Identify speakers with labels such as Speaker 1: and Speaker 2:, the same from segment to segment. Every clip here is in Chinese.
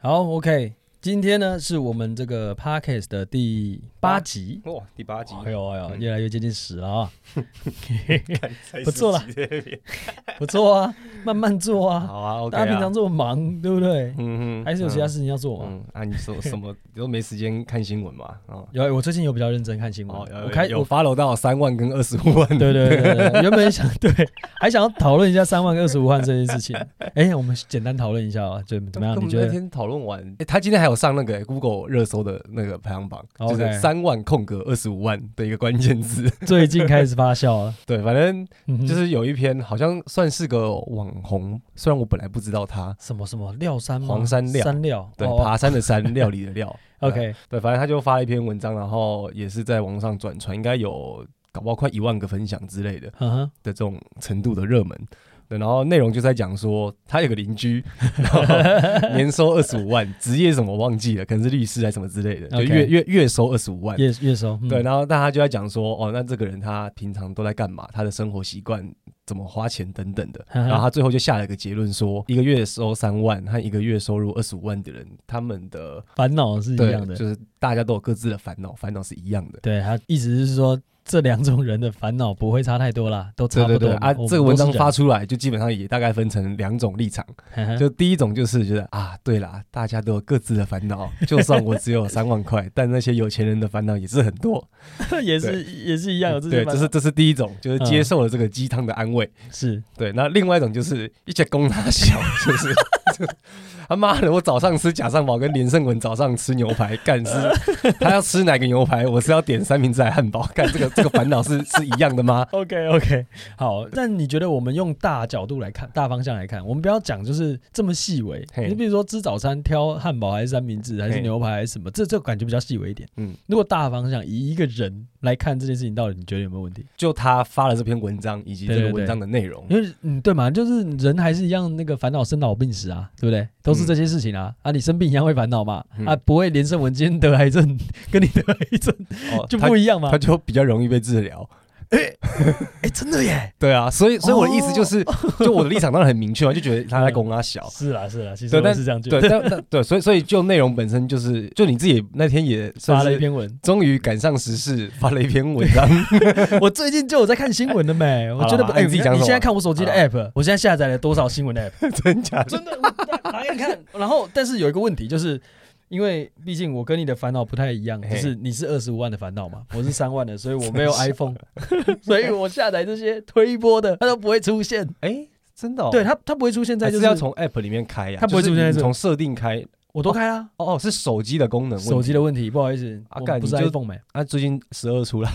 Speaker 1: 好，OK，今天呢是我们这个 podcast 的第八集。
Speaker 2: 哇，第八集，嗯
Speaker 1: 哎呦哎呦，越来越接近十了 啊！
Speaker 2: 看才
Speaker 1: 不错啦
Speaker 2: 十集在那边
Speaker 1: 不错啊，慢慢做啊。
Speaker 2: 好啊，OK 啊
Speaker 1: 大家平常这么忙，对不对？
Speaker 2: 嗯哼
Speaker 1: 还是有其他事情要做嘛？
Speaker 2: 嗯啊，你说什么你都没时间看新闻嘛？啊，
Speaker 1: 有，我最近有比较认真看新闻，
Speaker 2: 哦有
Speaker 1: 嗯我开
Speaker 2: 有
Speaker 1: 我
Speaker 2: follow 到三万跟二十五万，
Speaker 1: 对 对对对，对原本想 对，还想要讨论一下三万跟二十五万这件 事情。哎，我们简单讨论一下啊，就怎么样？你
Speaker 2: 跟我们
Speaker 1: 觉
Speaker 2: 那
Speaker 1: 得？
Speaker 2: 天讨论完、诶他今天还有上那个、Google 热搜的那个排行榜
Speaker 1: OK
Speaker 2: 就是三万空格二十五万的一个关键字。
Speaker 1: 最近开始发酵了，
Speaker 2: 对，反正
Speaker 1: 嗯哼
Speaker 2: 就是有一篇好像算是个网红，虽然我本来不知道他，
Speaker 1: 什么什么料山吗？
Speaker 2: 黄山料
Speaker 1: 山料，
Speaker 2: 对，
Speaker 1: 哦
Speaker 2: 爬山的山，料理的料。
Speaker 1: OK，
Speaker 2: 对，反正他就发了一篇文章，然后也是在网上转传，应该有搞不好快一万个分享之类的
Speaker 1: 嗯哼，
Speaker 2: 的这种程度的热门。对，然后内容就在讲说，他有个邻居，然 后年收二十五万，职业什么忘记了，可能是律师还是什么之类的，就
Speaker 1: OK
Speaker 2: 月月月收二十五万。
Speaker 1: 月月收，嗯
Speaker 2: 对，然后大家就在讲说，哦，那这个人他平常都在干嘛？他的生活习惯怎么花钱等等的。
Speaker 1: 嗯哼
Speaker 2: 然后他最后就下了一个结论说，一个月收三万和一个月收入二十五万的人，他们的
Speaker 1: 烦恼是一
Speaker 2: 对
Speaker 1: 样的，
Speaker 2: 就是大家都有各自的烦恼，烦恼是一样的。
Speaker 1: 对他意思是说，这两种人的烦恼不会差太多啦，都差
Speaker 2: 对
Speaker 1: 不
Speaker 2: 对
Speaker 1: 多
Speaker 2: 对啊
Speaker 1: 我们，
Speaker 2: 这个文章
Speaker 1: 都是人
Speaker 2: 发出来就基本上也大概分成两种立场，
Speaker 1: 呵呵
Speaker 2: 就第一种就是觉得啊，对啦，大家都有各自的烦恼，就算我只有三万块， 但那些有钱人的烦恼也是很多。
Speaker 1: 也是也是嗯一样有自己
Speaker 2: 对，
Speaker 1: 烦
Speaker 2: 这
Speaker 1: 恼
Speaker 2: 是这是第一种，就是接
Speaker 1: 嗯
Speaker 2: 受了这个鸡汤的安慰。
Speaker 1: 是
Speaker 2: 对，那另外一种就是一些供他小， 就是就是他妈的，我早上吃假上堡跟连胜文早上吃牛排，干是 他要吃哪个牛排，我是要点三明治还是汉堡，干这个这个烦恼是 是一样的吗？
Speaker 1: OK OK 好。但你觉得我们用大角度来看，大方向来看，我们不要讲就是这么细微。
Speaker 2: 嘿
Speaker 1: 你比如说吃早餐挑汉堡还是三明治还是
Speaker 2: 嘿
Speaker 1: 牛排还是什么，这这感觉比较细微一点。
Speaker 2: 嗯，
Speaker 1: 如果大方向以一个人来看这件事情，到底你觉得有没有问题？
Speaker 2: 就他发了这篇文章以及这
Speaker 1: 对
Speaker 2: 个
Speaker 1: 对对
Speaker 2: 文章的内容，
Speaker 1: 因为嗯对嘛，就是人还是一样那个烦恼生老病死啊，对不对？都是这些事情啊、啊，你生病一样会烦恼嘛、
Speaker 2: 嗯
Speaker 1: 啊，不会连胜文今天得癌症跟你得癌症
Speaker 2: 哦
Speaker 1: 就不一啊样嘛
Speaker 2: 他，他？就比较容易被治疗。
Speaker 1: 哎、真的耶，
Speaker 2: 对啊，所以所以我的意思就是，
Speaker 1: 哦
Speaker 2: 就我的立场当然很明确嘛，就觉得他在供 他小。
Speaker 1: 是啦是啦，其实
Speaker 2: 哦对
Speaker 1: 我
Speaker 2: 但
Speaker 1: 是这样觉
Speaker 2: 对，
Speaker 1: 得，
Speaker 2: 但但对，所以所以就内容本身就是，就你自己那天也算
Speaker 1: 发了一
Speaker 2: 是
Speaker 1: 篇 文。
Speaker 2: 终于赶上时事，发了一篇文 章。
Speaker 1: 我最近就有在看新闻的没，我觉得
Speaker 2: 好啦
Speaker 1: 哎、
Speaker 2: 你自己讲
Speaker 1: 你
Speaker 2: 什么
Speaker 1: 现在看我手机的
Speaker 2: 好啦
Speaker 1: app，我现在下载了多少新闻的 app？
Speaker 2: 真假的？
Speaker 1: 真的， 我打开看。然后，但是有一个问题，就是因为毕竟我跟你的烦恼不太一样，就
Speaker 2: 嘿
Speaker 1: 是你是二十五万的烦恼 嘛，我是三万的，所以我没有 iPhone，所以我下载这些推播的，它都不会出现。
Speaker 2: 哎、真的、哦？
Speaker 1: 对，它，它不会出现在
Speaker 2: 还
Speaker 1: 就是
Speaker 2: 要从 App 里面开呀、
Speaker 1: 它不会
Speaker 2: 就是
Speaker 1: 出现在
Speaker 2: 你
Speaker 1: 这
Speaker 2: 从设定开。
Speaker 1: 我都开啊，
Speaker 2: 哦哦，是手机的功能问题，
Speaker 1: 手机的问题，不好意思，
Speaker 2: 啊
Speaker 1: 我
Speaker 2: 干
Speaker 1: 不是
Speaker 2: 你就
Speaker 1: iPhone 没，
Speaker 2: 啊，最近十二出了，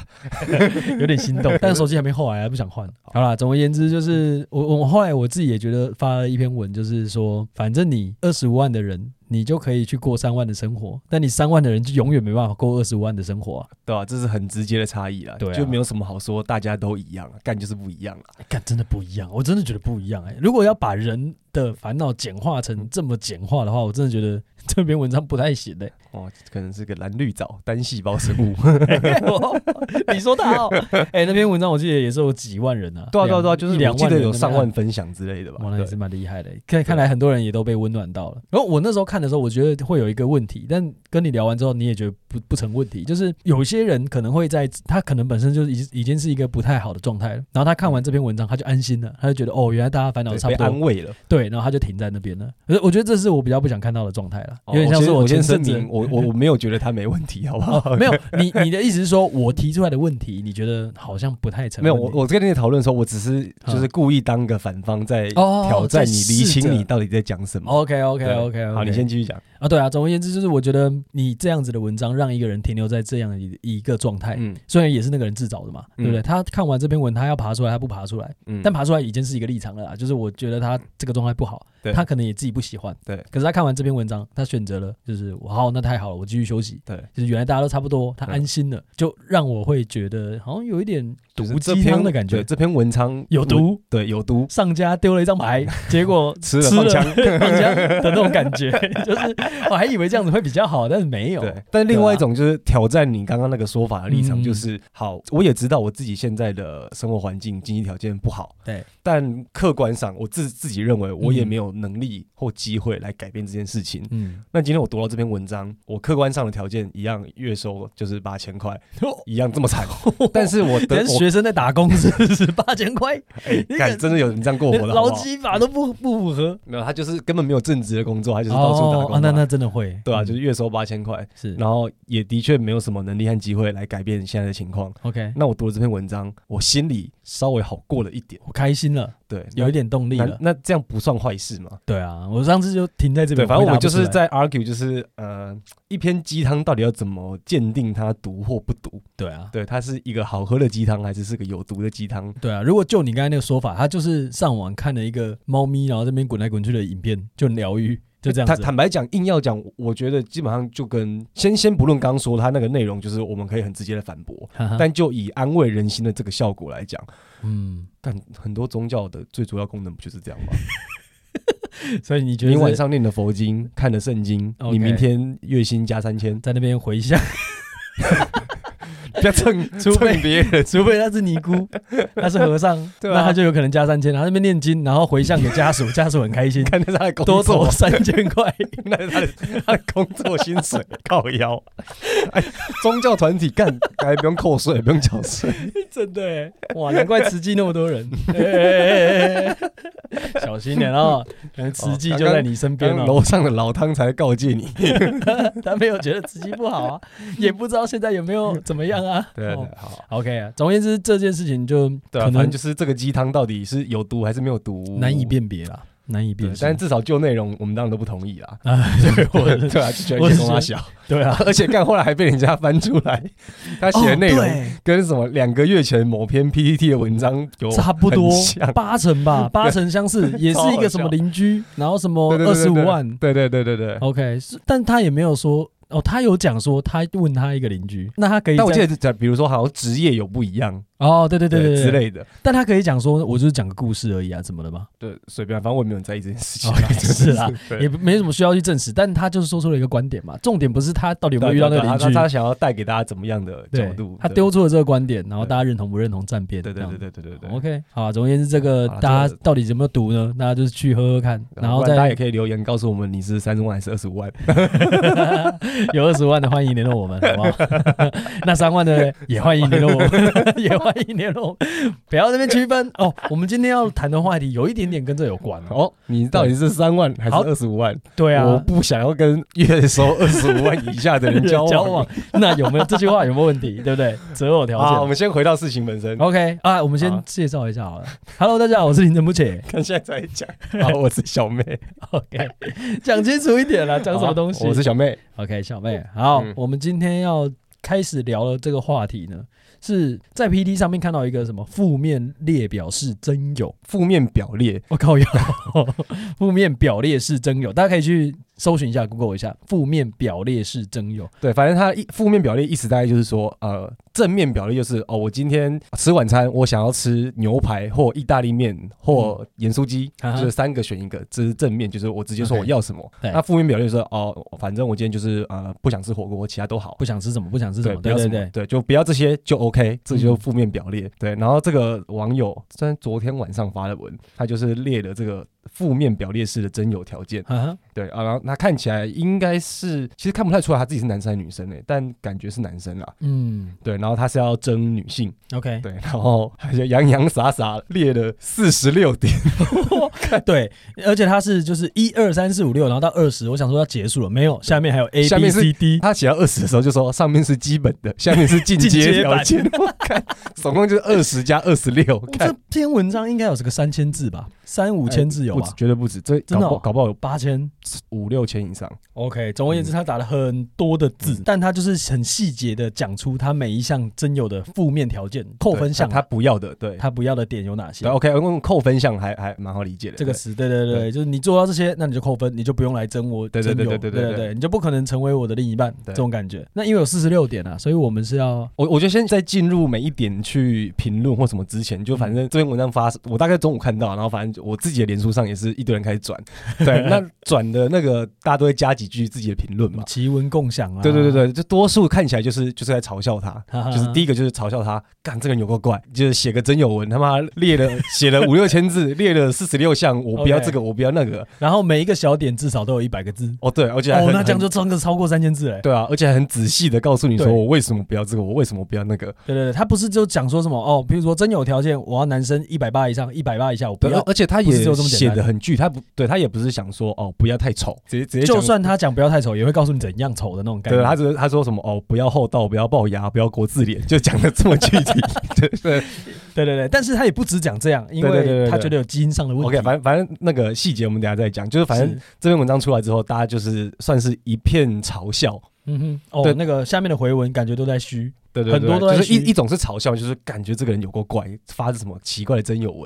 Speaker 1: 有点心动，但手机还没后来，还不想换。好啦，总而言之，就是我我我后来我自己也觉得发了一篇文，就是说，反正你二十五万的人，你就可以去过三万的生活，但你三万的人就永远没办法过二十五万的生活啊！
Speaker 2: 对吧、这是很直接的差异啦，
Speaker 1: 对啊
Speaker 2: 就没有什么好说，大家都一样，啊干就是不一样啦。
Speaker 1: 哎干真的不一样，我真的觉得不一样哎、如果要把人的烦恼简化成这么简化的话，我真的觉得 这篇文章不太行哎、
Speaker 2: 哦，可能是个蓝绿藻单细胞生物。
Speaker 1: 你说他 哦，哎、那篇文章我记得也是有几万人啊，
Speaker 2: 对啊，对啊，
Speaker 1: 两
Speaker 2: 对啊，就是
Speaker 1: 一两
Speaker 2: 我记
Speaker 1: 万
Speaker 2: 得
Speaker 1: 人
Speaker 2: 有
Speaker 1: 在那边
Speaker 2: 上
Speaker 1: 按
Speaker 2: 万分享之类的吧
Speaker 1: 哇，？那也是
Speaker 2: 对，
Speaker 1: 蛮厉害的。看看来很多人也都被温暖到了。然后我那时候看的时候，我觉得会有一个问题，但跟你聊完之后，你也觉得不不成问题。就是有些人可能会在他可能本身就是已经已经是一个不太好的状态了，然后他看完这篇文章，他就安心了，他就觉得哦，原来大家烦恼
Speaker 2: 对
Speaker 1: 差
Speaker 2: 被
Speaker 1: 不
Speaker 2: 安
Speaker 1: 多，
Speaker 2: 慰了。
Speaker 1: 对，然后他就停在那边了。可是我觉得这是我比较不想看到的状态了，
Speaker 2: 哦
Speaker 1: 有点像
Speaker 2: 我
Speaker 1: 是
Speaker 2: 先我
Speaker 1: 前
Speaker 2: 先
Speaker 1: 阵
Speaker 2: 声
Speaker 1: 子
Speaker 2: 明，。我我我没有觉得他没问 题，好不好？
Speaker 1: 哦，没有，你你的意思是说，我提出来的问题，你觉得好像不太成
Speaker 2: 没有，
Speaker 1: 问
Speaker 2: 我
Speaker 1: 题
Speaker 2: 我跟你讨论的时候，我只是就是故意当个反方在
Speaker 1: 哦
Speaker 2: 挑战
Speaker 1: 在
Speaker 2: 你，
Speaker 1: 试
Speaker 2: 厘清
Speaker 1: 着哦
Speaker 2: 你到底在讲什么。
Speaker 1: OK OK
Speaker 2: 对
Speaker 1: OK OK，
Speaker 2: 好，你先继续讲。
Speaker 1: 啊，对啊，总而言之，就是我觉得你这样子的文章让一个人停留在这样的一一个状态，
Speaker 2: 嗯
Speaker 1: 虽然也是那个人自找的嘛，对不对？
Speaker 2: 嗯
Speaker 1: 他看完这篇文，他要爬出来，他不爬出来，
Speaker 2: 嗯
Speaker 1: 但爬出来已经是一个立场了啦，就是我觉得他这个状态不好
Speaker 2: 对，
Speaker 1: 他可能也自己不喜欢，
Speaker 2: 对
Speaker 1: 可是他看完这篇文章，他选择了就是好，那太好了，我继续休息。
Speaker 2: 对，
Speaker 1: 就是原来大家都差不多，他
Speaker 2: 嗯
Speaker 1: 安心了，就让我会觉得好像有一点
Speaker 2: 就是
Speaker 1: 毒
Speaker 2: 这
Speaker 1: 鸡
Speaker 2: 篇
Speaker 1: 汤的感觉
Speaker 2: 对，，这篇文章
Speaker 1: 有，毒。
Speaker 2: 对，有毒，
Speaker 1: 上家丢了一张 牌，结果
Speaker 2: 吃了
Speaker 1: 吃
Speaker 2: 放
Speaker 1: 了
Speaker 2: 枪。
Speaker 1: 放家的那种感觉， 就是我还以为这样子会比较好，但是没有。
Speaker 2: 对，但另外一种就是挑战你刚刚那个说法的立场，
Speaker 1: 啊嗯
Speaker 2: 就是、好，我也知道我自己现在的生活环境、经济条件不好，
Speaker 1: 对，
Speaker 2: 但客观上我自自己认为我也没有能力或机会来改变这件事情。
Speaker 1: 嗯，
Speaker 2: 那今天我读到这篇文章，我客观上的条件一样，月收就是八千块，一样这 么惨。嗯 但是我
Speaker 1: 等
Speaker 2: 的我
Speaker 1: 学生在打工是不是 八千块，
Speaker 2: 哎
Speaker 1: 你
Speaker 2: 干、
Speaker 1: 敢
Speaker 2: 真的有人这样过活的好
Speaker 1: 劳
Speaker 2: 不好？
Speaker 1: 基法都不不符合，
Speaker 2: 没有，他就是根本没有正职的工作，他就是到处打
Speaker 1: 哦啊
Speaker 2: 工嘛、
Speaker 1: 那那真的会，
Speaker 2: 对啊，
Speaker 1: 嗯
Speaker 2: 就是月收八千块，
Speaker 1: 是
Speaker 2: 然后也的确没有什么能力和机会来改变现在的情况。
Speaker 1: OK，
Speaker 2: 那我读了这篇文章，我心里稍微好过了一点，
Speaker 1: 我开心了，
Speaker 2: 对，
Speaker 1: 有一点动力
Speaker 2: 那
Speaker 1: 了。
Speaker 2: 那那这样不算坏事嘛？
Speaker 1: 对啊，我上次就停在这
Speaker 2: 对，
Speaker 1: 边，
Speaker 2: 反正
Speaker 1: 回答
Speaker 2: 我
Speaker 1: 不出
Speaker 2: 就是
Speaker 1: 来
Speaker 2: 在 argue，就是呃，一篇鸡汤到底要怎么鉴定它毒或不毒？
Speaker 1: 对啊。
Speaker 2: 对，它是一个好喝的鸡汤，还是是个有毒的鸡汤？
Speaker 1: 对啊，如果就你刚才那个说法，他就是上网看了一个猫咪，然后这边滚来滚去的影片，就疗愈，就这样
Speaker 2: 坦
Speaker 1: 子。
Speaker 2: 坦白讲，硬要讲，我觉得基本上就跟先先不论刚刚说它那个内容，就是我们可以很直接的反驳，
Speaker 1: 哈哈
Speaker 2: 但就以安慰人心的这个效果来讲，
Speaker 1: 嗯，
Speaker 2: 但很多宗教的最主要功能不就是这样吗？
Speaker 1: 所以你觉得
Speaker 2: 你晚
Speaker 1: 是
Speaker 2: 上念的佛经，看的圣经，
Speaker 1: OK
Speaker 2: 你明天月薪加 三千，
Speaker 1: 在那边回想，
Speaker 2: 不要蹭
Speaker 1: 除非
Speaker 2: 蹭别人。
Speaker 1: 除非他是尼 姑，他是和尚，
Speaker 2: 对啊
Speaker 1: 那他就有可能加三千，然后在那边念经，然后回向给家 属，家属很开心，
Speaker 2: 看那是他的工
Speaker 1: 多
Speaker 2: 作
Speaker 1: 走，三千 块。
Speaker 2: 那是他的他的工作薪水 靠腰。哎，宗教团体干， 还不用扣税，不用缴税。
Speaker 1: 真的欸，哇，难怪慈济那么多 人。哎哎哎哎哎小心点哦，可能慈济就在你身边啊哦
Speaker 2: 哦刚
Speaker 1: 了。
Speaker 2: 楼上的老汤才告诫你，
Speaker 1: 他没有觉得慈济不 好啊，也不知道现在有没有怎么样啊。
Speaker 2: 对
Speaker 1: 哦
Speaker 2: 对，好，
Speaker 1: OK 啊，总而言之，这件事情就
Speaker 2: 对
Speaker 1: 可
Speaker 2: 啊，反
Speaker 1: 能
Speaker 2: 正就是这个鸡汤到底是有毒还是没有毒，
Speaker 1: 难以辨别啦，难以
Speaker 2: 对
Speaker 1: 辨。识。。
Speaker 2: 但至少就内容，我们当然都不同意啦
Speaker 1: 啊，对我
Speaker 2: 对啊，就觉得
Speaker 1: 我
Speaker 2: 一
Speaker 1: 是
Speaker 2: 些
Speaker 1: 觉
Speaker 2: 公拉
Speaker 1: 得
Speaker 2: 小，
Speaker 1: 对啊，
Speaker 2: 而且干后来还被人家翻出来，他写的内容
Speaker 1: 哦
Speaker 2: 跟什么两个月前某篇 PPT 的文章有
Speaker 1: 对差不多
Speaker 2: 很像，
Speaker 1: 八成 吧，八成相似，也是一个什么邻居，然后什么
Speaker 2: 对对
Speaker 1: 哦二十
Speaker 2: 对对
Speaker 1: 五
Speaker 2: 对
Speaker 1: 万哦
Speaker 2: 对对对对对。
Speaker 1: ，OK，是，但他也没有说哦，他有讲说他问他一个邻居，那他可以
Speaker 2: 但我
Speaker 1: 这
Speaker 2: 记
Speaker 1: 样，
Speaker 2: 得，假比如说，好像职业有不一样，
Speaker 1: 哦，对对对对
Speaker 2: 之，类的，
Speaker 1: 但他可以讲说，我就是讲个故事而已啊，怎么了吧？
Speaker 2: 对，随便，反正我也没有在意这件事情
Speaker 1: 哦， 是啦
Speaker 2: 对
Speaker 1: 也没什么需要去证实，但他就是说出了一个观点嘛，重点不是他到底有没有遇到那个
Speaker 2: 对对
Speaker 1: 邻
Speaker 2: 对他他
Speaker 1: 居。
Speaker 2: 想要带给大家怎么样的角
Speaker 1: 对
Speaker 2: 度，？
Speaker 1: 他
Speaker 2: 对
Speaker 1: 丢，出了这个观点，然后
Speaker 2: 对
Speaker 1: 大家认同不认同站边。
Speaker 2: 对
Speaker 1: 这
Speaker 2: 对
Speaker 1: 样
Speaker 2: 对对对对对，
Speaker 1: OK，好啊，总而言之，这个
Speaker 2: 好啦
Speaker 1: 大家
Speaker 2: 这个啊
Speaker 1: 到底有没有毒呢？大家就是去喝喝看，然后
Speaker 2: 不大家
Speaker 1: 再
Speaker 2: 也
Speaker 1: 嗯
Speaker 2: 可以留言告诉我们你是三十万还是二十五万，
Speaker 1: 有二十万的欢迎联络我们，好不好？那三万的也欢迎联络我们， 也欢迎联络我们，不要这边区分哦。我们今天要谈的话题有一点点跟这有关哦。
Speaker 2: 哦，你到底是三万还是
Speaker 1: 好
Speaker 2: 二十五万？
Speaker 1: 对啊，
Speaker 2: 我不想要跟月收二十五万以下的人交
Speaker 1: 交
Speaker 2: 往。
Speaker 1: 往，那有没有这句话有没有问题？对不对？择偶条
Speaker 2: 啊，我
Speaker 1: 件。
Speaker 2: 们先回到事情本身。
Speaker 1: OK 啊，我们
Speaker 2: 好
Speaker 1: 先
Speaker 2: 啊
Speaker 1: 介绍一下好了。Hello，大家好，我是林晨不且。
Speaker 2: 看现在在讲，好，我是小妹，
Speaker 1: OK，讲清楚一点啦，讲什么东西
Speaker 2: 好？啊我是小妹，
Speaker 1: OK，小妹，好，
Speaker 2: 嗯
Speaker 1: 我们今天要开始聊的这个话题呢，是在 PT 上面看到一个什么负面列表是真有，
Speaker 2: 负面表列，
Speaker 1: 我、靠要负面表列是真有，大家可以去搜寻一下，Google 一下负面表列是真有，
Speaker 2: 对，反正它一负面表列意思大概就是说，呃，正面表列就是哦，我今天吃晚餐，我想要吃牛排或意大利面或盐酥鸡，
Speaker 1: 啊哈
Speaker 2: 就是三个选一个，这是正面，就是我直接说
Speaker 1: OK
Speaker 2: 我要什么。
Speaker 1: 对
Speaker 2: 那负面表列就是哦，反正我今天就是呃不想吃火锅，其他都好。
Speaker 1: 不想吃什么不想吃什么，
Speaker 2: 不
Speaker 1: 对
Speaker 2: 要
Speaker 1: 对
Speaker 2: 什么
Speaker 1: 对，
Speaker 2: 对，就不要这些就 OK，这就是
Speaker 1: 嗯
Speaker 2: 负面表列。对，然后这个网友虽然昨天晚上发的文，他就是列了这个负面表列式的真有条件。
Speaker 1: 啊哈，
Speaker 2: 对啊，然后他看起来应该是，其实看不太出来他自己是男生还是女生诶、但感觉是男生啦。
Speaker 1: 嗯
Speaker 2: 对，然后他是要争女性，
Speaker 1: ，OK，
Speaker 2: 对，然后他就洋洋洒洒列了四十六点，
Speaker 1: 哎对，而且它是就是一二三四五六，然后到二十，我想说要结束了，没有，下面还有 A
Speaker 2: 下
Speaker 1: B
Speaker 2: 面是
Speaker 1: C D，
Speaker 2: 他写到二十的时候就说上面是基本的，下面是进
Speaker 1: 进阶
Speaker 2: 阶条
Speaker 1: 版
Speaker 2: 件， 我看总共就是二十加二十 六，看
Speaker 1: 哦这篇文章应该有这个三千字吧，三五千字有
Speaker 2: 哎不
Speaker 1: 吧
Speaker 2: 止，？绝对不止，这
Speaker 1: 啊真的
Speaker 2: 搞不
Speaker 1: 哦
Speaker 2: 好搞不好有
Speaker 1: 八千
Speaker 2: 五六千以上。
Speaker 1: ，OK。总而言之，他打了很多的字，
Speaker 2: 嗯
Speaker 1: 但他就是很细节的讲出他每一项真有的负面条件、扣分项，
Speaker 2: 他
Speaker 1: 他
Speaker 2: 不要的，对，
Speaker 1: 他不要的点有哪些
Speaker 2: 对？，OK，用扣分项还还蛮好理解的，
Speaker 1: 这个
Speaker 2: 对
Speaker 1: 词，对对对，
Speaker 2: 对
Speaker 1: 就是你做到这些，那你就扣分，你就不用来争我
Speaker 2: 对
Speaker 1: 真
Speaker 2: 对
Speaker 1: 有，
Speaker 2: 对
Speaker 1: 对
Speaker 2: 对对
Speaker 1: 对
Speaker 2: 对
Speaker 1: 对，你就不可能成为我的另一半，
Speaker 2: 对
Speaker 1: 这种感觉。那因为有四十六点啊，所以我们是要
Speaker 2: 我我觉得先在进入每一
Speaker 1: 嗯
Speaker 2: 点去评论或什么之前，就反正这篇文章发，我大概中午看到，然后反正我自己的脸书上上也是一堆人开始转， 对，那转的那个大家都会加几句自己的评论嘛，
Speaker 1: 奇闻共享啊，啊
Speaker 2: 对对对对，就多数看起来就是就是在嘲笑他，
Speaker 1: 哈哈哈，
Speaker 2: 就是第一个就是嘲笑他，干这个人有够怪，就是写个真有文，他妈列了写了五六千字， 列了四十六项，我不要
Speaker 1: OK
Speaker 2: 这个，我不要那个，
Speaker 1: 然后每一个小点至少都有一百个 字，
Speaker 2: 哦对，而且还
Speaker 1: 哦，
Speaker 2: 很
Speaker 1: 那这样
Speaker 2: 很
Speaker 1: 就超个超过三千字哎。
Speaker 2: 对啊，而且还很仔细的告诉你说
Speaker 1: 对
Speaker 2: 我为什么不要这个，我为什么不要那个，
Speaker 1: 对对对，他不是就讲说什么哦，比如说真有条件，我要男生一百八以上，一百八以下我不
Speaker 2: 对，呃而
Speaker 1: 要。
Speaker 2: 而且他
Speaker 1: 不是
Speaker 2: 也
Speaker 1: 只有这么简
Speaker 2: 写
Speaker 1: 单
Speaker 2: 的很具，他不对他也不是想说哦不要太丑，直接直接
Speaker 1: 就
Speaker 2: 讲
Speaker 1: 算他讲不要太丑，也会告诉你怎样丑的那种感
Speaker 2: 对，他
Speaker 1: 觉。
Speaker 2: 只是他说什么哦，不要厚道，不要龅牙，不要国字脸，就讲的这么具 体。对对
Speaker 1: 对对对，但是他也不只讲这样，因
Speaker 2: 对对
Speaker 1: 为
Speaker 2: 对对
Speaker 1: 他
Speaker 2: 对
Speaker 1: 觉得有基因上的问题。
Speaker 2: ，OK，反正反正那个细节我们等一下再讲，就是反正
Speaker 1: 是，
Speaker 2: 这篇文章出来之后，大家就是算是一片嘲笑。
Speaker 1: 嗯哼，哦
Speaker 2: 对，
Speaker 1: 那个下面的回文感觉都在虚，
Speaker 2: 对对
Speaker 1: 很
Speaker 2: 对，
Speaker 1: 多都在
Speaker 2: 就是一
Speaker 1: 虚
Speaker 2: 一种是嘲笑，就是感觉这个人有够怪，发的什么奇怪的真有文；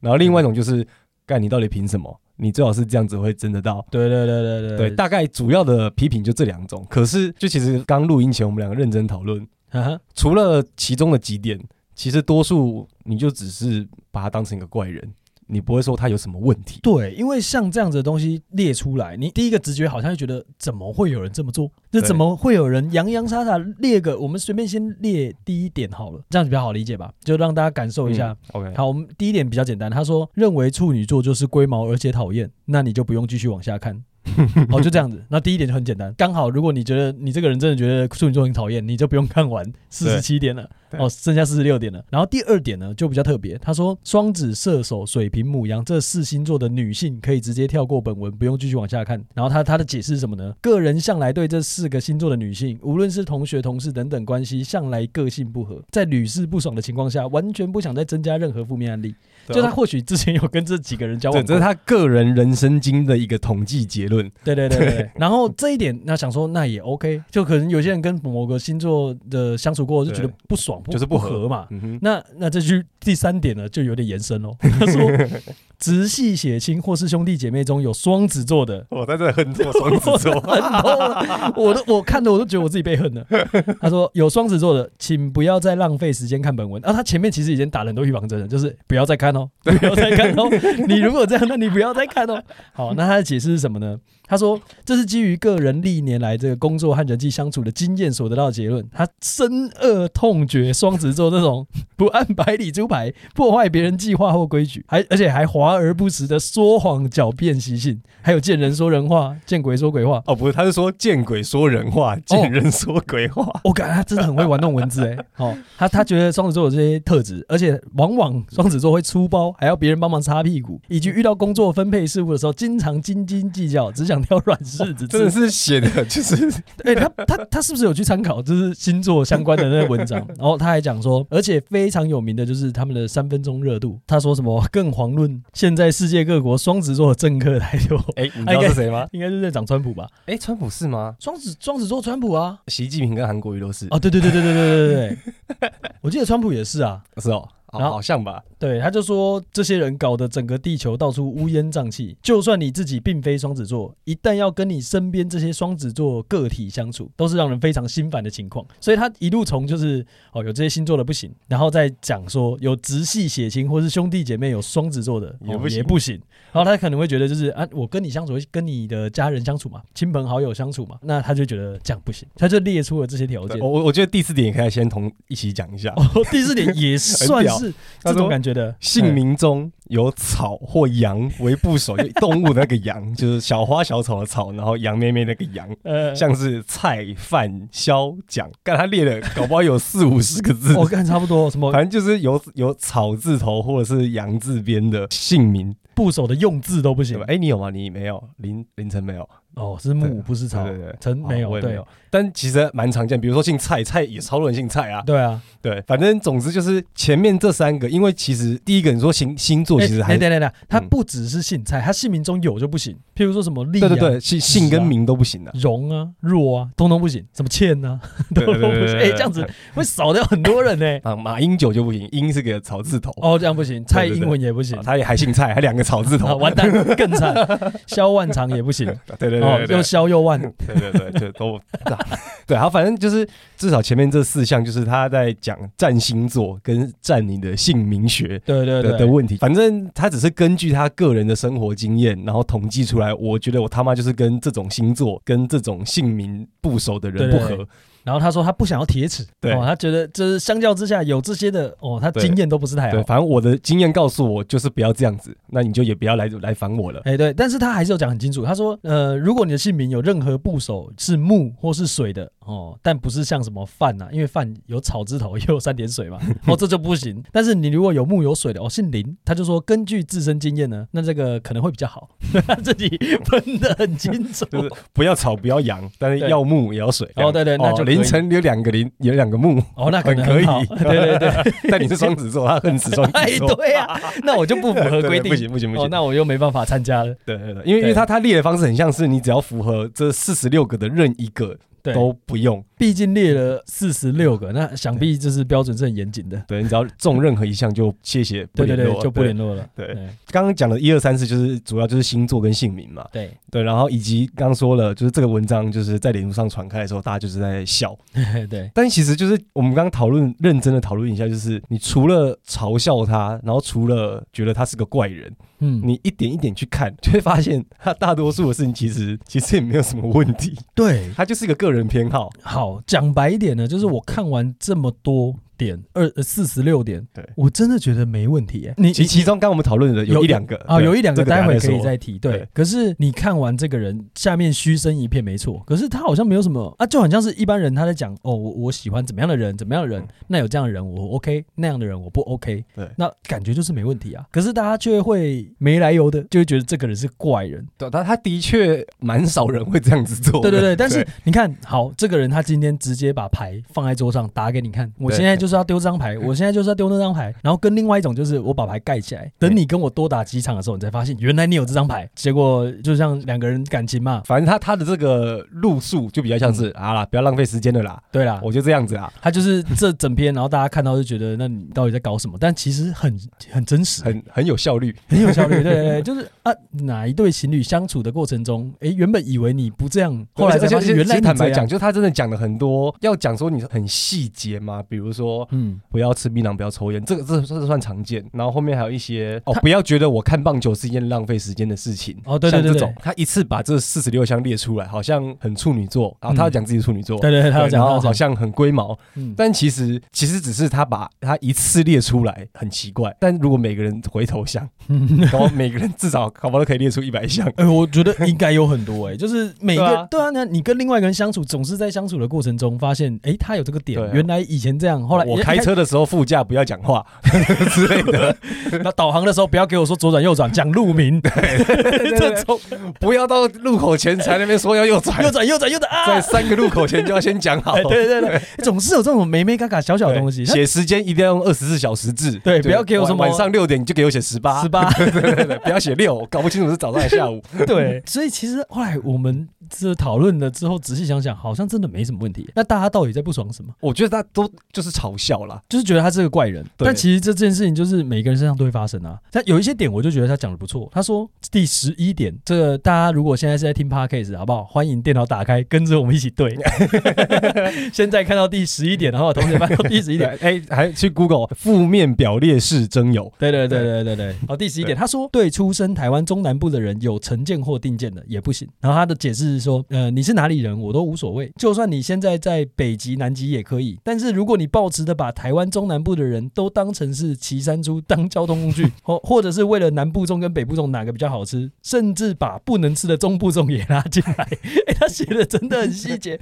Speaker 2: 然后另外一种就是，干你到底凭什么？你最好是这样子会真得到。
Speaker 1: 对对对对
Speaker 2: 对，大概主要的批评就这两种。可是，就其实刚录音前我们两个认真讨论，
Speaker 1: 哈哈
Speaker 2: 除了其中的几点，其实多数你就只是把他当成一个怪人，你不会说他有什么问题。
Speaker 1: 对，因为像这样子的东西列出来，你第一个直觉好像就觉得怎么会有人这么做？那
Speaker 2: 对
Speaker 1: 怎么会有人洋洋洒洒列个？我们随便先列第一点好了，这样子比较好理解吧，就让大家感受一下。
Speaker 2: 嗯，OK，
Speaker 1: 好，我们第一点比较简单，他说认为处女座就是龟毛而且讨厌，那你就不用继续往下看。 好，哦就这样子。那第一点就很简单，刚好如果你觉得你这个人真的觉得处女座很讨厌，你就不用看 完四十七点了，
Speaker 2: 对
Speaker 1: 哦，剩下四十六点了。然后第二点呢就比较特别，他说双子、射手、水瓶、母羊这四星座的女性可以直接跳过本文，不用继续往下看。然后他他的解释是什么呢？个人向来对这四个星座的女性，无论是同学、同事等等关系，向来个性不合，在屡试不爽的情况下，完全不想再增加任何负面案例。
Speaker 2: 对啊
Speaker 1: 就他或许之前有跟这几个人交往
Speaker 2: 对，
Speaker 1: 过，
Speaker 2: 这是他个人人生经的一个统计结论。
Speaker 1: 对对对对对。然后这一点，那想说那也 OK，就可能有些人跟某个星座的相处过，就觉得
Speaker 2: 对
Speaker 1: 不爽，不
Speaker 2: 就是
Speaker 1: 不
Speaker 2: 不
Speaker 1: 合嘛。
Speaker 2: 嗯哼，
Speaker 1: 那那这句第三点呢，就有点延伸哦。他说，直系血亲或是兄弟姐妹中有双子座的，
Speaker 2: 我哦在这恨做双子座。
Speaker 1: 很痛啊我都我看的我都觉得我自己被恨了。他说有双子座的，请不要再浪费时间看本文。啊，他前面其实已经打了很多预防针了，就是不要再看哦， 不要再看哦。你如果这样，那你不要再看哦。好，那他的解释是什么呢？他说这是基于个人历年来这个工作和人际相处的经验所得到的结论。他深恶痛绝双子座这种不按牌理出牌、破坏别人计划或规矩，还而且还华而不实的说谎狡辩习性，还有见人说人话，见鬼说鬼话。
Speaker 2: 哦，不是，他是说见鬼说人话，见人说鬼话。
Speaker 1: 我感觉他真的很会玩弄文字哎、哦，他他觉得双子座有这些特质，而且往往双子座会出包，还要别人帮忙擦屁股，以及遇到工作分配事务的时候，经常斤斤计较，只想挑软柿子
Speaker 2: 真
Speaker 1: 吃
Speaker 2: 的。是写的，就是
Speaker 1: 哎、他他他是不是有去参考就是星座相关的那些文章？然后他还讲说，而且非常有名的就是他们的三分钟热度。他说什么更遑论现在世界各国双子座的政客太多，
Speaker 2: 哎，你知道是谁吗？
Speaker 1: 应该是在讲川普吧？
Speaker 2: 哎，川普是吗？
Speaker 1: 双子双子座川普啊？
Speaker 2: 习近平跟韩国瑜都是，
Speaker 1: 哦，对对对对对对对对对，我记得川普也是啊。
Speaker 2: 是哦，好
Speaker 1: 然后
Speaker 2: 好像吧。
Speaker 1: 对，他就说这些人搞得整个地球到处乌烟瘴气。就算你自己并非双子座，一旦要跟你身边这些双子座个体相处，都是让人非常心烦的情况。所以他一路从就是哦有这些星座的不行，然后再讲说有直系血亲或是兄弟姐妹有双子座的、哦、
Speaker 2: 也不行
Speaker 1: 也不行。然后他可能会觉得就是啊，我跟你相处，跟你的家人相处嘛，亲朋好友相处嘛，那他就觉得这样不行，他就列出了这些条件
Speaker 2: 对。我我我觉得第四点也可以先同一起讲一下。
Speaker 1: 哦，第四点也算
Speaker 2: 屌
Speaker 1: 是
Speaker 2: 他
Speaker 1: 这种
Speaker 2: 说
Speaker 1: 感觉的
Speaker 2: 姓
Speaker 1: 嗯
Speaker 2: 名中有草或羊为部 首，就动物那个羊，就是小花小草的草，然后羊妹妹那个羊，
Speaker 1: 呃
Speaker 2: 像是菜饭肖蒋，干他列了，搞不好有四五十个字，
Speaker 1: 我看哦差不多，什么
Speaker 2: 反正就是有有草字头或者是羊字边的姓名，
Speaker 1: 部首的用字都不
Speaker 2: 对
Speaker 1: 行
Speaker 2: 吧？。哎、你有吗？你没有，凌凌晨没有，
Speaker 1: 哦，是木不是草
Speaker 2: 对对对，，
Speaker 1: 陈
Speaker 2: 好
Speaker 1: 没有
Speaker 2: 我，也没
Speaker 1: 对
Speaker 2: 有，但其实蛮常见，比如说姓蔡，蔡也超多人姓蔡啊，
Speaker 1: 对啊。
Speaker 2: 对，反正总之就是前面这三个，因为其实第一个你说星星座
Speaker 1: 哎
Speaker 2: 其实还
Speaker 1: 哎等等等，他
Speaker 2: 嗯
Speaker 1: 不只是姓蔡，他姓名中有就不行，譬如说什么丽啊
Speaker 2: 对对、对，姓姓跟名都不行 的、
Speaker 1: 荣啊、若啊，通通不行，什么倩啊，都
Speaker 2: 对
Speaker 1: 都
Speaker 2: 对对
Speaker 1: 不行。
Speaker 2: 对
Speaker 1: 哎，
Speaker 2: 对
Speaker 1: 这样子会少掉很多人 呢。
Speaker 2: 啊。马英九就不行，英是个草字头，
Speaker 1: 哦，这样不行，蔡英文也不行
Speaker 2: 啊，，他也还姓蔡，还两个草字
Speaker 1: 啊，
Speaker 2: 头。
Speaker 1: 完 蛋，更惨。萧万长也不行，
Speaker 2: 对对对
Speaker 1: 哦
Speaker 2: 对，
Speaker 1: 又
Speaker 2: 对
Speaker 1: 萧又万，
Speaker 2: 对对对，就都 对，好，反正就是至少前面这四项就是他在讲占星座跟占你的姓名学
Speaker 1: 对对
Speaker 2: 的
Speaker 1: 对
Speaker 2: 的问题，反正他只是根据他个人的生活经验，然后统计出来。我觉得我他妈就是跟这种星座、跟这种姓名部首的人
Speaker 1: 对
Speaker 2: 不
Speaker 1: 对
Speaker 2: 合。
Speaker 1: 对然后他说他不想要铁齿，
Speaker 2: 对
Speaker 1: 哦，他觉得就是相较之下有这些的哦，他
Speaker 2: 对
Speaker 1: 经验都不是太
Speaker 2: 对，
Speaker 1: 好。
Speaker 2: 反正我的经验告诉我，就是不要这样子，那你就也不要来来烦我了。
Speaker 1: 哎，对，但是他还是有讲很清楚，他说，呃，如果你的姓名有任何部首是木或是水的哦，但不是像什么饭啊呐、因为饭有草字头也有三点水 嘛，哦，这就不行。但是你如果有木有水的哦，姓林，他就说根据自身经验呢，那这个可能会比较好。 他自己分得很清楚，
Speaker 2: 就是不要草，不要羊，但是
Speaker 1: 对
Speaker 2: 要木也要水。
Speaker 1: 哦对对那就可以
Speaker 2: 凌晨有两个零，有两个木，
Speaker 1: 哦，那可能
Speaker 2: 很可
Speaker 1: 很
Speaker 2: 以
Speaker 1: 好。 对对 对，
Speaker 2: 但你是双子座，他恨死双
Speaker 1: 哎，
Speaker 2: 子座。
Speaker 1: 对啊，那我就不符合
Speaker 2: 对
Speaker 1: 规定，
Speaker 2: 不行不行不行
Speaker 1: 哦，那我又没办法参加了。
Speaker 2: 对对对，因为因为
Speaker 1: 对
Speaker 2: 他他列的方式很像是你只要符合这四十六个的任一个
Speaker 1: 对，
Speaker 2: 都不用，
Speaker 1: 毕竟列了四十六个，那想必就是标准是很严谨的。
Speaker 2: 对你只要中任何一项就谢谢，不
Speaker 1: 对对
Speaker 2: 联
Speaker 1: 对
Speaker 2: 络，
Speaker 1: 就不联络了。
Speaker 2: 对
Speaker 1: 对
Speaker 2: 刚刚讲的一二三四就是主要就是星座跟姓名嘛，
Speaker 1: 对，
Speaker 2: 对，然后以及刚刚说了，就是这个文章就是在脸书上传开的时候，大家就是在笑，
Speaker 1: 对 对
Speaker 2: 但其实就是我们刚刚讨论认真的讨论一下，就是你除了嘲笑他，然后除了觉得他是个怪人，
Speaker 1: 嗯，
Speaker 2: 你一点一点去看，就会发现他大多数的事情其实其实也没有什么问题，
Speaker 1: 对
Speaker 2: 他就是一个个人偏好，
Speaker 1: 好讲白一点呢，就是我看完这么多点，二呃四十六点，
Speaker 2: 对
Speaker 1: 我真的觉得没问题耶。你
Speaker 2: 其
Speaker 1: 你
Speaker 2: 其中刚刚我们讨论的有一两个
Speaker 1: 啊，
Speaker 2: 对
Speaker 1: 有一两个
Speaker 2: 这等
Speaker 1: 待
Speaker 2: 下
Speaker 1: 会
Speaker 2: 再
Speaker 1: 可以
Speaker 2: 说
Speaker 1: 再提。对
Speaker 2: 对，
Speaker 1: 可是你看完这个人，下面嘘声一片，没错。可是他好像没有什么啊，就很像是一般人他在讲哦，我我喜欢怎么样的人，怎么样的人，那有这样的人我 OK，那样的人我不 OK，
Speaker 2: 嗯对
Speaker 1: 那感觉就是没问题啊。可是大家却会没来由的就会觉得这个人是怪人，
Speaker 2: 对，他他的确蛮少人会这样子做的，
Speaker 1: 对对对，但是你看好这个人，他今天直接把牌放在桌上打给你看，我
Speaker 2: 对
Speaker 1: 现在就是要丢这张牌，我现在就是要丢那张牌，然后跟另外一种就是我把牌盖起来，等你跟我多打几场的时候，你才发现原来你有这张牌，结果就像两个人感情嘛，
Speaker 2: 反正他他的这个路数就比较像是、啊啦，不要浪费时间了啦，
Speaker 1: 对啦。
Speaker 2: 我就这样子啊啦，
Speaker 1: 他就是这整篇，然后大家看到就觉得，那你到底在搞什么？但其实很很真实，
Speaker 2: 很很有效率。
Speaker 1: 很有效率。对对 对，就是啊，哪一对情侣相处的过程中，诶，原本以为你不这样，后来才
Speaker 2: 而且
Speaker 1: 发
Speaker 2: 而且
Speaker 1: 现原来你
Speaker 2: 其实坦
Speaker 1: 这
Speaker 2: 白
Speaker 1: 样
Speaker 2: 讲，。就是他真的讲了很多，要讲说你很细节嘛，比如说。
Speaker 1: 嗯，
Speaker 2: 不要吃槟榔，不要抽烟，这个这这这算常见。然后后面还有一些哦，不要觉得我看棒球是一件浪费时间的事情。
Speaker 1: 哦对对
Speaker 2: 像
Speaker 1: 对
Speaker 2: 这
Speaker 1: 对
Speaker 2: 种他一次把这四十六项列出来，好像很处女座，然后他要讲自己是处女座，
Speaker 1: 对对对，他有
Speaker 2: 对
Speaker 1: 讲，他
Speaker 2: 然后
Speaker 1: 有
Speaker 2: 好
Speaker 1: 讲，
Speaker 2: 像很龟毛，
Speaker 1: 嗯，
Speaker 2: 但其实其实只是他把他一次列出来很奇怪，但如果每个人回 头想，然后每个人至少搞不好都可以列出一百项。
Speaker 1: 哎、我觉得应该有很多哎、 就是每个
Speaker 2: 对啊
Speaker 1: 对啊，那你跟另外一个人相处，总是在相处的过程中发现，哎、他有这个点，
Speaker 2: 对啊
Speaker 1: 原来以前这样，后来哎
Speaker 2: 我开，车的时候副驾不要讲 话之类的，
Speaker 1: 哎那导航的时候不要给我说左转右转，讲路名，这种
Speaker 2: 不要到路口前才那边说要右转
Speaker 1: 右，转右转右转
Speaker 2: 在哦
Speaker 1: 啊，
Speaker 2: 三个路口前就要先讲好。
Speaker 1: 哎，对对 对，总是有这种美美嘎嘎小小的东西，
Speaker 2: 写时间一定要用二十四小时制，
Speaker 1: 对不要给我什么
Speaker 2: 晚晚上六点，你就给我写十八，
Speaker 1: 十，八，
Speaker 2: 对对对，不要写六，我搞不清楚是早上还是下 午。
Speaker 1: 对，所以其实后来我们这讨论了之后，仔细想想，好像真的没什么问题。那大家到底在不爽什么？
Speaker 2: 我觉得他都就是嘲笑啦，
Speaker 1: 就是觉得他是个怪人。
Speaker 2: 对
Speaker 1: 但其实这件事情就是每个人身上都会发生啊。但有一些点，我就觉得他讲的不错。他说第十一点，这个大家如果现在是在听 podcast 好不好？欢迎电脑打开，跟着我们一起对。 现在看到第十一点，然后同学翻到 第十一
Speaker 2: 一点
Speaker 1: 点。
Speaker 2: 哎，还去 Google 负面表列式征友，
Speaker 1: 对对对对对对，好，第十一点，他说对出生台湾中南部的人有成见或定见的也不行。然后他的解释是说，呃，你是哪里人我都无所谓，就算你现在在北极、南极也可以。但是如果你抱持的把台湾中南部的人都当成是骑山猪当交通工具，或或者是为了南部粽跟北部粽哪个比较好吃，甚至把不能吃的中部粽也拉进来， 哎，他写的真的很细节。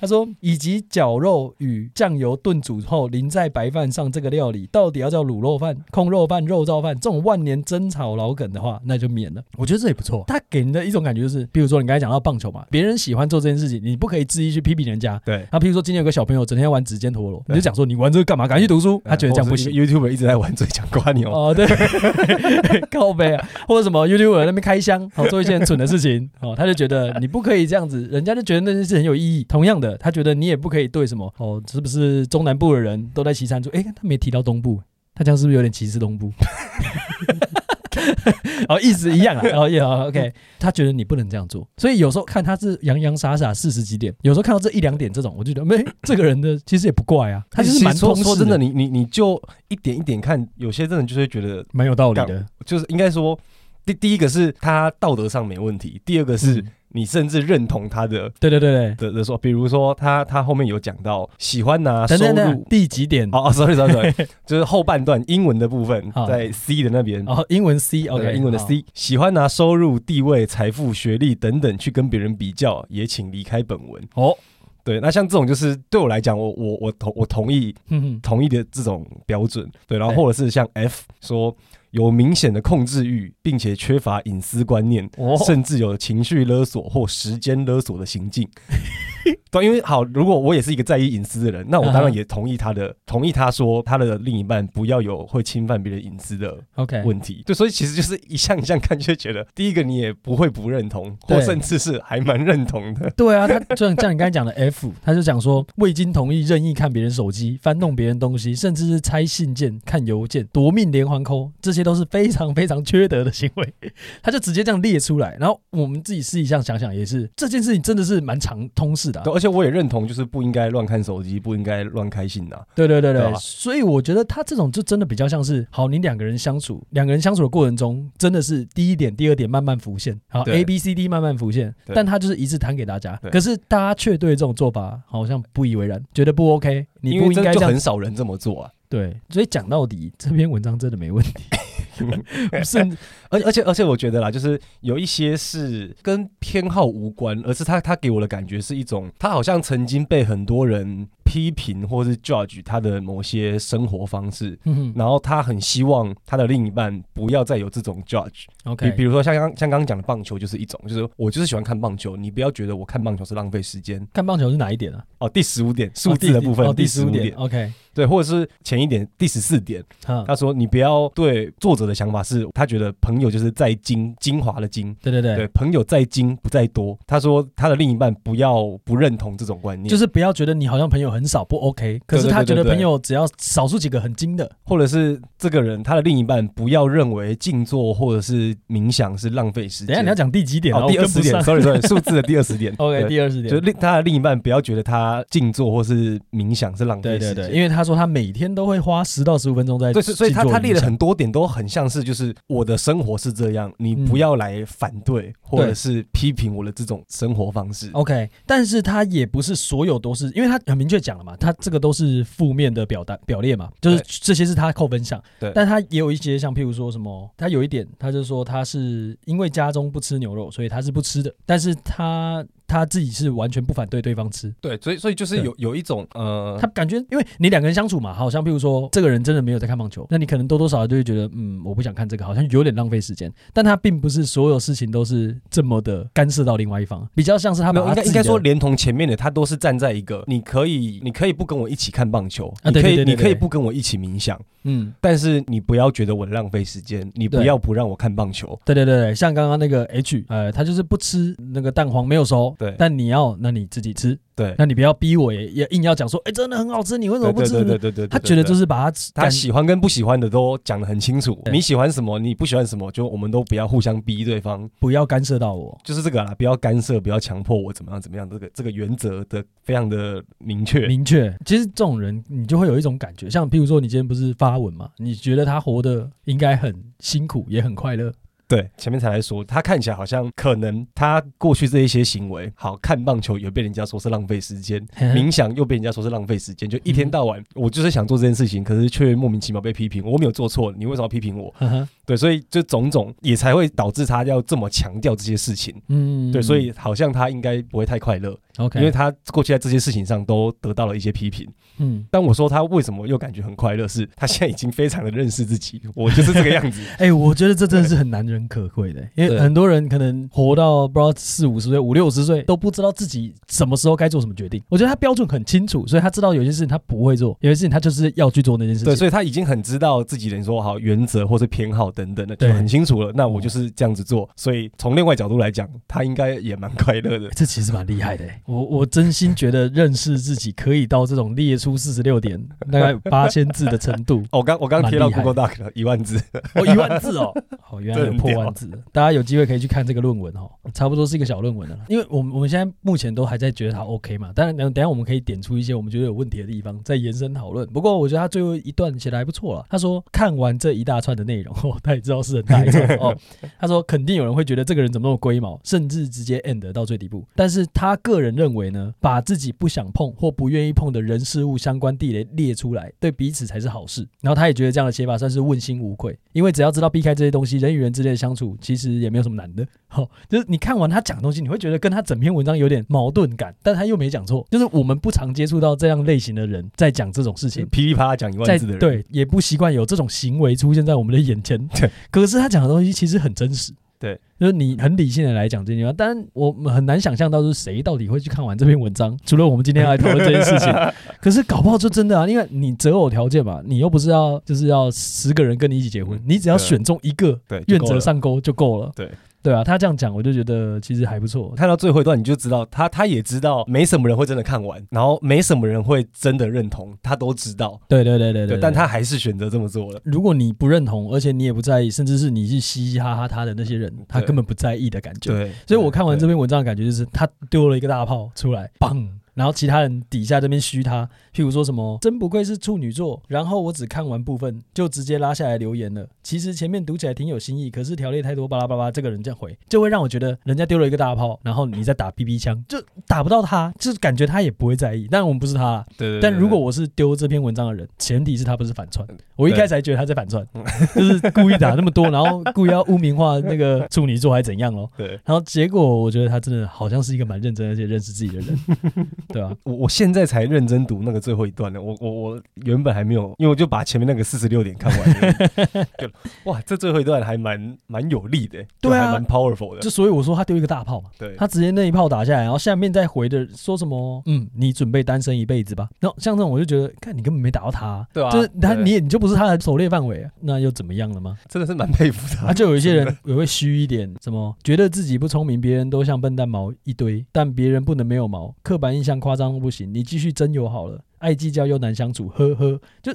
Speaker 1: 他说，以及绞肉与酱油炖煮后淋在白饭上，这个料理到底要叫卤肉饭、控肉饭、肉燥饭这种万年争吵老梗的话，那就免了。我觉得这也不错。他给人的一种感觉就是，比如说你刚才讲到棒球嘛，别人喜欢做这件事情，你不可以恣意去批评人家。
Speaker 2: 对。
Speaker 1: 他譬如说今天有个小朋友整天玩指尖陀螺，
Speaker 2: 对
Speaker 1: 你就讲说你玩这个干嘛？赶紧去读书。他觉得这样不行。
Speaker 2: ，YouTube 一直在玩嘴讲瓜牛，
Speaker 1: 哦，对， 靠背啊，或者什么 YouTube 那边开箱，哦，做一些很蠢的事情， 哦，他就觉得你不可以这样子，人家就觉得那件事很有意义。同样的，他觉得你也不可以对什么，哦，是不是中南部的人都在骑山猪？诶，他没提到东部，他这样是不是有点歧视东部？ 哦，意思一样啊，哦，也好，OK。他觉得你不能这样做，所以有时候看他是洋洋洒洒四十几点，有时候看到这一两点这种，我就觉得没这个人的其实也不怪啊，他就是蛮
Speaker 2: 其实说
Speaker 1: 通
Speaker 2: 说
Speaker 1: 事
Speaker 2: 真的，，你你你就一点一点看，有些真的就是会觉得，
Speaker 1: 蛮有道理的。
Speaker 2: 就是应该说，第第一个是他道德上没问题，第二个是
Speaker 1: 嗯
Speaker 2: 你甚至认同他的
Speaker 1: 对对对对，
Speaker 2: 的的说，比如说他他后面有讲到喜欢拿啊收
Speaker 1: 等等等
Speaker 2: 入
Speaker 1: 等，。第几点？
Speaker 2: 哦哦，sorry sorry sorry，就是后半段英文的部分
Speaker 1: 好
Speaker 2: 在 C 的那边
Speaker 1: 哦，英文 C，OK，
Speaker 2: 对呃英文的 C，喜欢拿收入、地位、财富、学历等等去跟别人比较，也请离开本文。
Speaker 1: 哦，
Speaker 2: 对，那像这种就是对我来讲，我我我同我同意
Speaker 1: 嗯哼，
Speaker 2: 同意的这种标准。对，然后
Speaker 1: 对
Speaker 2: 或者是像 F 说有明显的控制欲，并且缺乏隐私观念，
Speaker 1: 哦
Speaker 2: 甚至有情绪勒索或时间勒索的行径。 对，因为好，如果我也是一个在意隐私的人，那我
Speaker 1: 嗯
Speaker 2: 当然
Speaker 1: 哼
Speaker 2: 也同意他的同意他说他的另一半不要有会侵犯别人隐私的
Speaker 1: OK，
Speaker 2: 问题。对，所以其实就是一项一项看，就会觉得第一个你也不会不认同，或
Speaker 1: 对
Speaker 2: 甚至是还蛮认同的。
Speaker 1: 对啊，他 就像像你刚才讲的 F，他就讲说未经同意任意看别人手机、翻弄别人东西，甚至是拆信件、看邮件、夺命连环扣，这些都是非常非常缺德的行为。 他就直接这样列出来，然后我们自己私底下想想也是，这件事情真的是蛮常通事的啊、
Speaker 2: 对，而且我也认同，就是不应该乱看手机，不应该乱开信呐、
Speaker 1: 对对对对，
Speaker 2: 对啊
Speaker 1: 所以我觉得他这种就真的比较像是，好，你两个人相处，两个人相处的过程中，真的是第一点、第二点慢慢浮现，好
Speaker 2: 对
Speaker 1: ，A、B、C、D 慢慢浮现，
Speaker 2: 对
Speaker 1: 但他就是一致摊给大家
Speaker 2: 对，
Speaker 1: 可是大家却对这种做法好像不以为然，觉得不 OK，你
Speaker 2: 因
Speaker 1: 不
Speaker 2: 为
Speaker 1: 应
Speaker 2: 真
Speaker 1: 该
Speaker 2: 的就
Speaker 1: 这样
Speaker 2: 很，少人这么做啊。
Speaker 1: 对，所以讲到底，这篇文章真的没 问题，甚至
Speaker 2: 而且而且而且，我觉得啦，就是有一些是跟偏好无关，而是他他给我的感觉是一种，他好像曾经被很多人批评或是 judge 他的某些生活方式。
Speaker 1: 嗯
Speaker 2: 然后他很希望他的另一半不要再有这种 judge，比
Speaker 1: ，OK，
Speaker 2: 比如说像刚像刚刚讲的棒球就是一种，就是我就是喜欢看棒球，你不要觉得我看棒球是浪费时间
Speaker 1: 看棒球是哪一点啊？
Speaker 2: 哦。第十五点数
Speaker 1: 哦
Speaker 2: 字的
Speaker 1: 第
Speaker 2: 部分，
Speaker 1: 哦，哦第
Speaker 2: 十
Speaker 1: 十
Speaker 2: 五
Speaker 1: 五点，OK，
Speaker 2: 对，或者是前一点第十四点，
Speaker 1: 好，
Speaker 2: 他说你不要对作者的想法是，他觉得朋友就是在精精华的精，
Speaker 1: 对对
Speaker 2: 对，
Speaker 1: 对。
Speaker 2: 朋友在精不在多。他说他的另一半不要不认同这种观念，
Speaker 1: 就是是不要觉得你好像朋友很少不 OK，可是他
Speaker 2: 对对
Speaker 1: 觉
Speaker 2: 对
Speaker 1: 得
Speaker 2: 对对
Speaker 1: 朋友只要少数几个很精的，
Speaker 2: 或者是这个人他的另一半不要认为静坐或者是冥想是浪费时
Speaker 1: 等一
Speaker 2: 间。
Speaker 1: 下你要讲第几点啊？
Speaker 2: 哦，
Speaker 1: 我
Speaker 2: 第
Speaker 1: 跟
Speaker 2: 二
Speaker 1: 不
Speaker 2: 十点
Speaker 1: 上。
Speaker 2: ，sorry sorry，数字的第二十点
Speaker 1: OK，
Speaker 2: 对
Speaker 1: 第二十
Speaker 2: 就是
Speaker 1: 点。
Speaker 2: 另他的另一半不要觉得他静坐或是冥想是浪
Speaker 1: 对
Speaker 2: 费
Speaker 1: 对
Speaker 2: 时
Speaker 1: 对，
Speaker 2: 间。
Speaker 1: 因为他说他每天都会花十到十五分钟在
Speaker 2: 对，所以所以他
Speaker 1: 静坐
Speaker 2: 他列
Speaker 1: 冥
Speaker 2: 了
Speaker 1: 想
Speaker 2: 很多点，都很像是就是我的生活是这样，你不
Speaker 1: 嗯
Speaker 2: 要来反对、或
Speaker 1: 对
Speaker 2: 者是批评我的这种生活方式。
Speaker 1: OK，但是他也不是所有都是，因为他很明确讲了嘛，他这个都是负面的表达表列嘛，就是
Speaker 2: 对
Speaker 1: 这些是他扣分项。
Speaker 2: 对
Speaker 1: 但他也有一些像譬如说什么，他有一点他就说他是因为家中不吃牛肉，所以他是不吃的，但是他他自己是完全不反对对方吃。
Speaker 2: 对，所以所以就是
Speaker 1: 对
Speaker 2: 有有一种呃
Speaker 1: 他，感觉，因为你两个人相处嘛，好像譬如说，这个人真的没有在看棒球，那你可能多多少少就会觉得，嗯，我不想看这个，好像有点浪费时间。但他并不是所有事情都是这么的干涉到另外一方，比较像是他
Speaker 2: 没
Speaker 1: 把
Speaker 2: 有
Speaker 1: 他
Speaker 2: 应该
Speaker 1: 自
Speaker 2: 应
Speaker 1: 己的
Speaker 2: 该说，连同前面的，他都是站在一个你可以你可以不跟我一起看棒球，
Speaker 1: 啊
Speaker 2: 你
Speaker 1: 对
Speaker 2: 可以
Speaker 1: 对对对
Speaker 2: 你可以
Speaker 1: 对
Speaker 2: 不跟我一起冥想，
Speaker 1: 嗯，
Speaker 2: 但是你不要觉得我浪费时间，你不
Speaker 1: 对
Speaker 2: 要不让我看棒球。
Speaker 1: 对对对对，像刚刚那个 H，呃，他就是不吃那个蛋黄没有熟，
Speaker 2: 对
Speaker 1: 但你要，那你自己吃，
Speaker 2: 对，
Speaker 1: 那你不要逼我也也硬要讲说，哎，真的很好吃，你为什么
Speaker 2: 对
Speaker 1: 不
Speaker 2: 对对对
Speaker 1: 吃？
Speaker 2: 对对，。
Speaker 1: 他觉得就是是把他
Speaker 2: 他
Speaker 1: 感
Speaker 2: 喜欢跟不喜欢的都讲得很清楚，
Speaker 1: 对
Speaker 2: 你喜欢什么，你不喜欢什么，就我们都不要互相逼对方，
Speaker 1: 不要干涉到我，
Speaker 2: 就是这个啦，不要干涉，不要强迫我怎么样怎么样，这个这个原则的非常的明确。
Speaker 1: 明确，其实这种人你就会有一种感觉，像譬如说你今天不是发文嘛，你觉得他活得应该很辛苦，也很快乐，
Speaker 2: 对，前面才来说，他看起来好像可能他过去这一些行为，好看棒球也被人家说是浪费时间，
Speaker 1: 嗯
Speaker 2: 冥想又被人家说是浪费时间，就一天到晚、我就是想做这件事情，可是却莫名其妙被批评，我没有做错，你为什么要批评我？
Speaker 1: 呵呵
Speaker 2: 对，所以就种种也才会导致他要这么强调这些事情。
Speaker 1: 嗯，
Speaker 2: 对，所以好像他应该不会太快乐，
Speaker 1: OK，
Speaker 2: 因为他过去在这些事情上都得到了一些批评。
Speaker 1: 嗯，
Speaker 2: 但我说他为什么又感觉很快乐，是他现在已经非常的认识自己，我就是这个样子。
Speaker 1: 哎、我觉得这真的是很难人可贵的，因为
Speaker 2: 对
Speaker 1: 很多人可能活到不知道四五十岁、五六十岁都不知道自己什么时候该做什么决定。我觉得他标准很清楚，所以他知道有些事情 他不会做，有些事情他就是要去做那件事情。
Speaker 2: 对，所以他已经很知道自己的你说好原则或是偏好嗯等等的，就
Speaker 1: 对
Speaker 2: 很清楚了。那我就是这样子做，所以从另外角度来讲，他应该也蛮快乐的。
Speaker 1: 这其实蛮厉害的、欸，我我真心觉得认识自己可以到这种列出四十六点，大概八千字的程度，
Speaker 2: 哦我刚我刚贴到
Speaker 1: 蛮厉害
Speaker 2: Google Doc 了一万字，
Speaker 1: 哦，一万字 哦，哦，原来有破万字，大家有机会可以去看这个论文哦，差不多是一个小论文了啦，因为我们我们现在目前都还在觉得它 OK 嘛，当然等等一下我们可以点出一些我们觉得有问题的地方，再延伸讨论。不过我觉得他最后一段写的还不错了，他说看完这一大串的内容，哦，他也知道是很大一串哦，他说肯定有人会觉得这个人怎么那么龟毛，甚至直接 end 到最底部。但是他个人认为呢，把自己不想碰或不愿意碰的人事物相关地雷列出来，对彼此才是好事。然后他也觉得这样的写法算是问心无愧，因为只要知道避开这些东西，人与人之间的相处其实也没有什么难的。好、就是你看完他讲的东西，你会觉得跟他整篇文章有点矛盾感，但他又没讲错，就是我们不常接触到这样类型的人在讲这种事情。
Speaker 2: 噼里啪啦讲一
Speaker 1: 在
Speaker 2: 万字的人，，
Speaker 1: 对也不习惯有这种行为出现在我们的眼前。
Speaker 2: 对，
Speaker 1: 可是他讲的东西其实很真实。
Speaker 2: 对，
Speaker 1: 就是你很理性的来讲这件事，当然我们很难想象到是谁到底会去看完这篇文 章，除了我们今天要来讨论这件事情。可是搞不好就真的啊，因为你择偶条件嘛，你又不是要就是要十个人跟你一起结婚，你只要
Speaker 2: 对
Speaker 1: 选中一个，
Speaker 2: 嗯对就
Speaker 1: 愿
Speaker 2: 够
Speaker 1: 者
Speaker 2: 了
Speaker 1: 上钩就够了。
Speaker 2: 对，
Speaker 1: 对啊，他这样讲我就觉得其实还不错。
Speaker 2: 看到最后一段你就知道，他他也知道没什么人会真的看完，然后没什么人会真的认同，他都知道，
Speaker 1: 对对对对
Speaker 2: 对，但他还是选择这么做了。
Speaker 1: 如果你不认同，而且你也不在意，甚至是你是嘻嘻哈哈他的那些人，他
Speaker 2: 对
Speaker 1: 根本不在意的感觉。
Speaker 2: 对，
Speaker 1: 所以我看完这
Speaker 2: 边，
Speaker 1: 篇文章的感觉就是，他丢了一个大炮出来，砰！然后其他人底下这边嘘他，譬如说什么“真不愧是处女座”，然后我只看完部分就直接拉下来留言了。其实前面读起来挺有新意，可是条列太多，巴拉巴拉。这个人这样回，就会让我觉得人家丢了一个大炮，然后你再打 BB 枪， 就打不到他，就是感觉他也不会在意。但我们不是他啦，
Speaker 2: 对对对
Speaker 1: 但如果
Speaker 2: 对
Speaker 1: 我是丢这篇文章的人，前提是他不是反串。我一
Speaker 2: 对
Speaker 1: 开始还觉得他在反串， 就是故意打那么多，然后故意要污名化那个处女座还怎样咯。
Speaker 2: 对
Speaker 1: 然后结果我觉得他真的好像是一个蛮认真而且认识自己的 人，对啊，
Speaker 2: 我我现在才认真读那个最后一段呢，我我我原本还没有，因为我就把前面那个四十六点看完 了，就哇，这最后一段还蛮蛮有力的，就
Speaker 1: 对啊
Speaker 2: 还蛮 powerful 的
Speaker 1: 就，所以我说他丢一个大炮嘛，
Speaker 2: 对，
Speaker 1: 他直接那一炮打下来，然后下面再回的说什么，嗯，你准备单身一辈子吧。然后像这种我就觉得，看你根本没打到他、
Speaker 2: 对啊
Speaker 1: 就是他
Speaker 2: 对
Speaker 1: 你也你就不是他的狩猎范围、啊，那又怎么样了吗？
Speaker 2: 真的是蛮佩服
Speaker 1: 啊，
Speaker 2: 他，
Speaker 1: 就有一些人也会虚一点，什么觉得自己不聪明，别人都像笨蛋毛一堆，但别人不能没有毛，刻板印象夸张到不行，你继续真友好了，爱计较又难相处，呵呵，就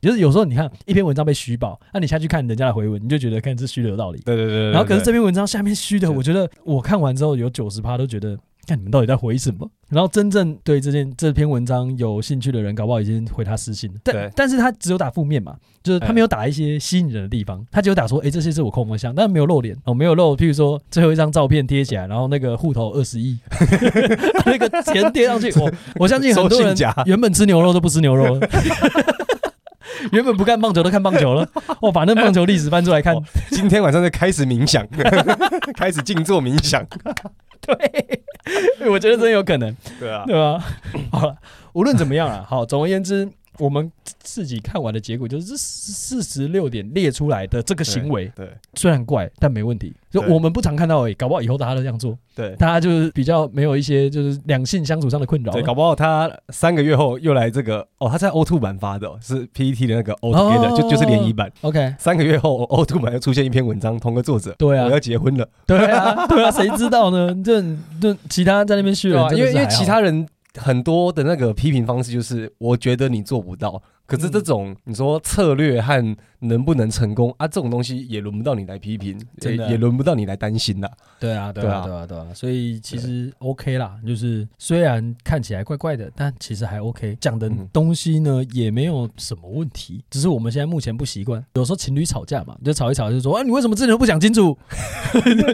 Speaker 1: 就是有时候你看一篇文章被虚报，那、你下去看人家的回文，你就觉得看这虚的有道理，
Speaker 2: 对对对对，对
Speaker 1: 然后可是这
Speaker 2: 对
Speaker 1: 篇文章下面虚的，
Speaker 2: 是
Speaker 1: 我觉得我看完之后有九十趴都觉得。看你们到底在回什么？然后真正对这件这篇文章有兴趣的人，搞不好已经回他私信了。但
Speaker 2: 对哎
Speaker 1: 但是他只有打负面嘛，就是他没有打一些吸引人的地方，他只有打说，哎、这些是我空风箱，但没有露脸哦，没有露，譬如说最后一张照片贴起来，然后那个户头二十亿， 那个钱贴上 去，我我相信很多
Speaker 2: 收
Speaker 1: 人
Speaker 2: 信夹
Speaker 1: 原本吃牛肉都不吃牛 肉了。原本不看棒球都看棒球了，我把那棒球历史翻出来看
Speaker 2: 哦， 今天晚上就开始冥想， 开始静坐冥想，
Speaker 1: 我觉得真有可能，
Speaker 2: 对啊，
Speaker 1: 对 吧？好了，无论怎么样啊，好，总而言之，我们自己看完的结果就是这四十六点列出来的这个行为，
Speaker 2: 对
Speaker 1: 虽然怪，但没问题。就
Speaker 2: 对
Speaker 1: 我们不常看到哎而已，搞不好以后大家都这样做，
Speaker 2: 对
Speaker 1: 大家就是比较没有一些就是两性相处上的困扰
Speaker 2: 对，搞
Speaker 1: 了。
Speaker 2: 不好他三个月后又来这个哦，他在 O two 版发的哦、是 PET 的那个 O
Speaker 1: 哦
Speaker 2: together，、就就是联谊版。
Speaker 1: OK，
Speaker 2: 三个月后哦 O two 版又出现一篇文章，同个作者，
Speaker 1: 对啊
Speaker 2: 我要结婚了，
Speaker 1: 对啊， 对啊，谁知道呢？这这其他在那边虚
Speaker 2: 对
Speaker 1: 人
Speaker 2: 啊，
Speaker 1: 真
Speaker 2: 因
Speaker 1: 的
Speaker 2: 为
Speaker 1: 是
Speaker 2: 因
Speaker 1: 还好，
Speaker 2: 为其他人很多的那个批评方式就是，我觉得你做不到，可是
Speaker 1: 嗯
Speaker 2: 这种、你说策略和能不能成功啊，这种东西也轮不到你来批评，也
Speaker 1: 真的
Speaker 2: 也轮不到你来担心呐、
Speaker 1: 对啊，对
Speaker 2: 对
Speaker 1: 啊，
Speaker 2: 啊
Speaker 1: 对啊，对啊，所以其实 OK 啦，就是虽然看起来怪怪的，但其实还 OK。讲的
Speaker 2: 嗯
Speaker 1: 东西呢也没有什么问题，只是我们现在目前不习惯。有时候情侣吵架嘛，就吵一吵就说啊，你为什么之前都不讲清楚，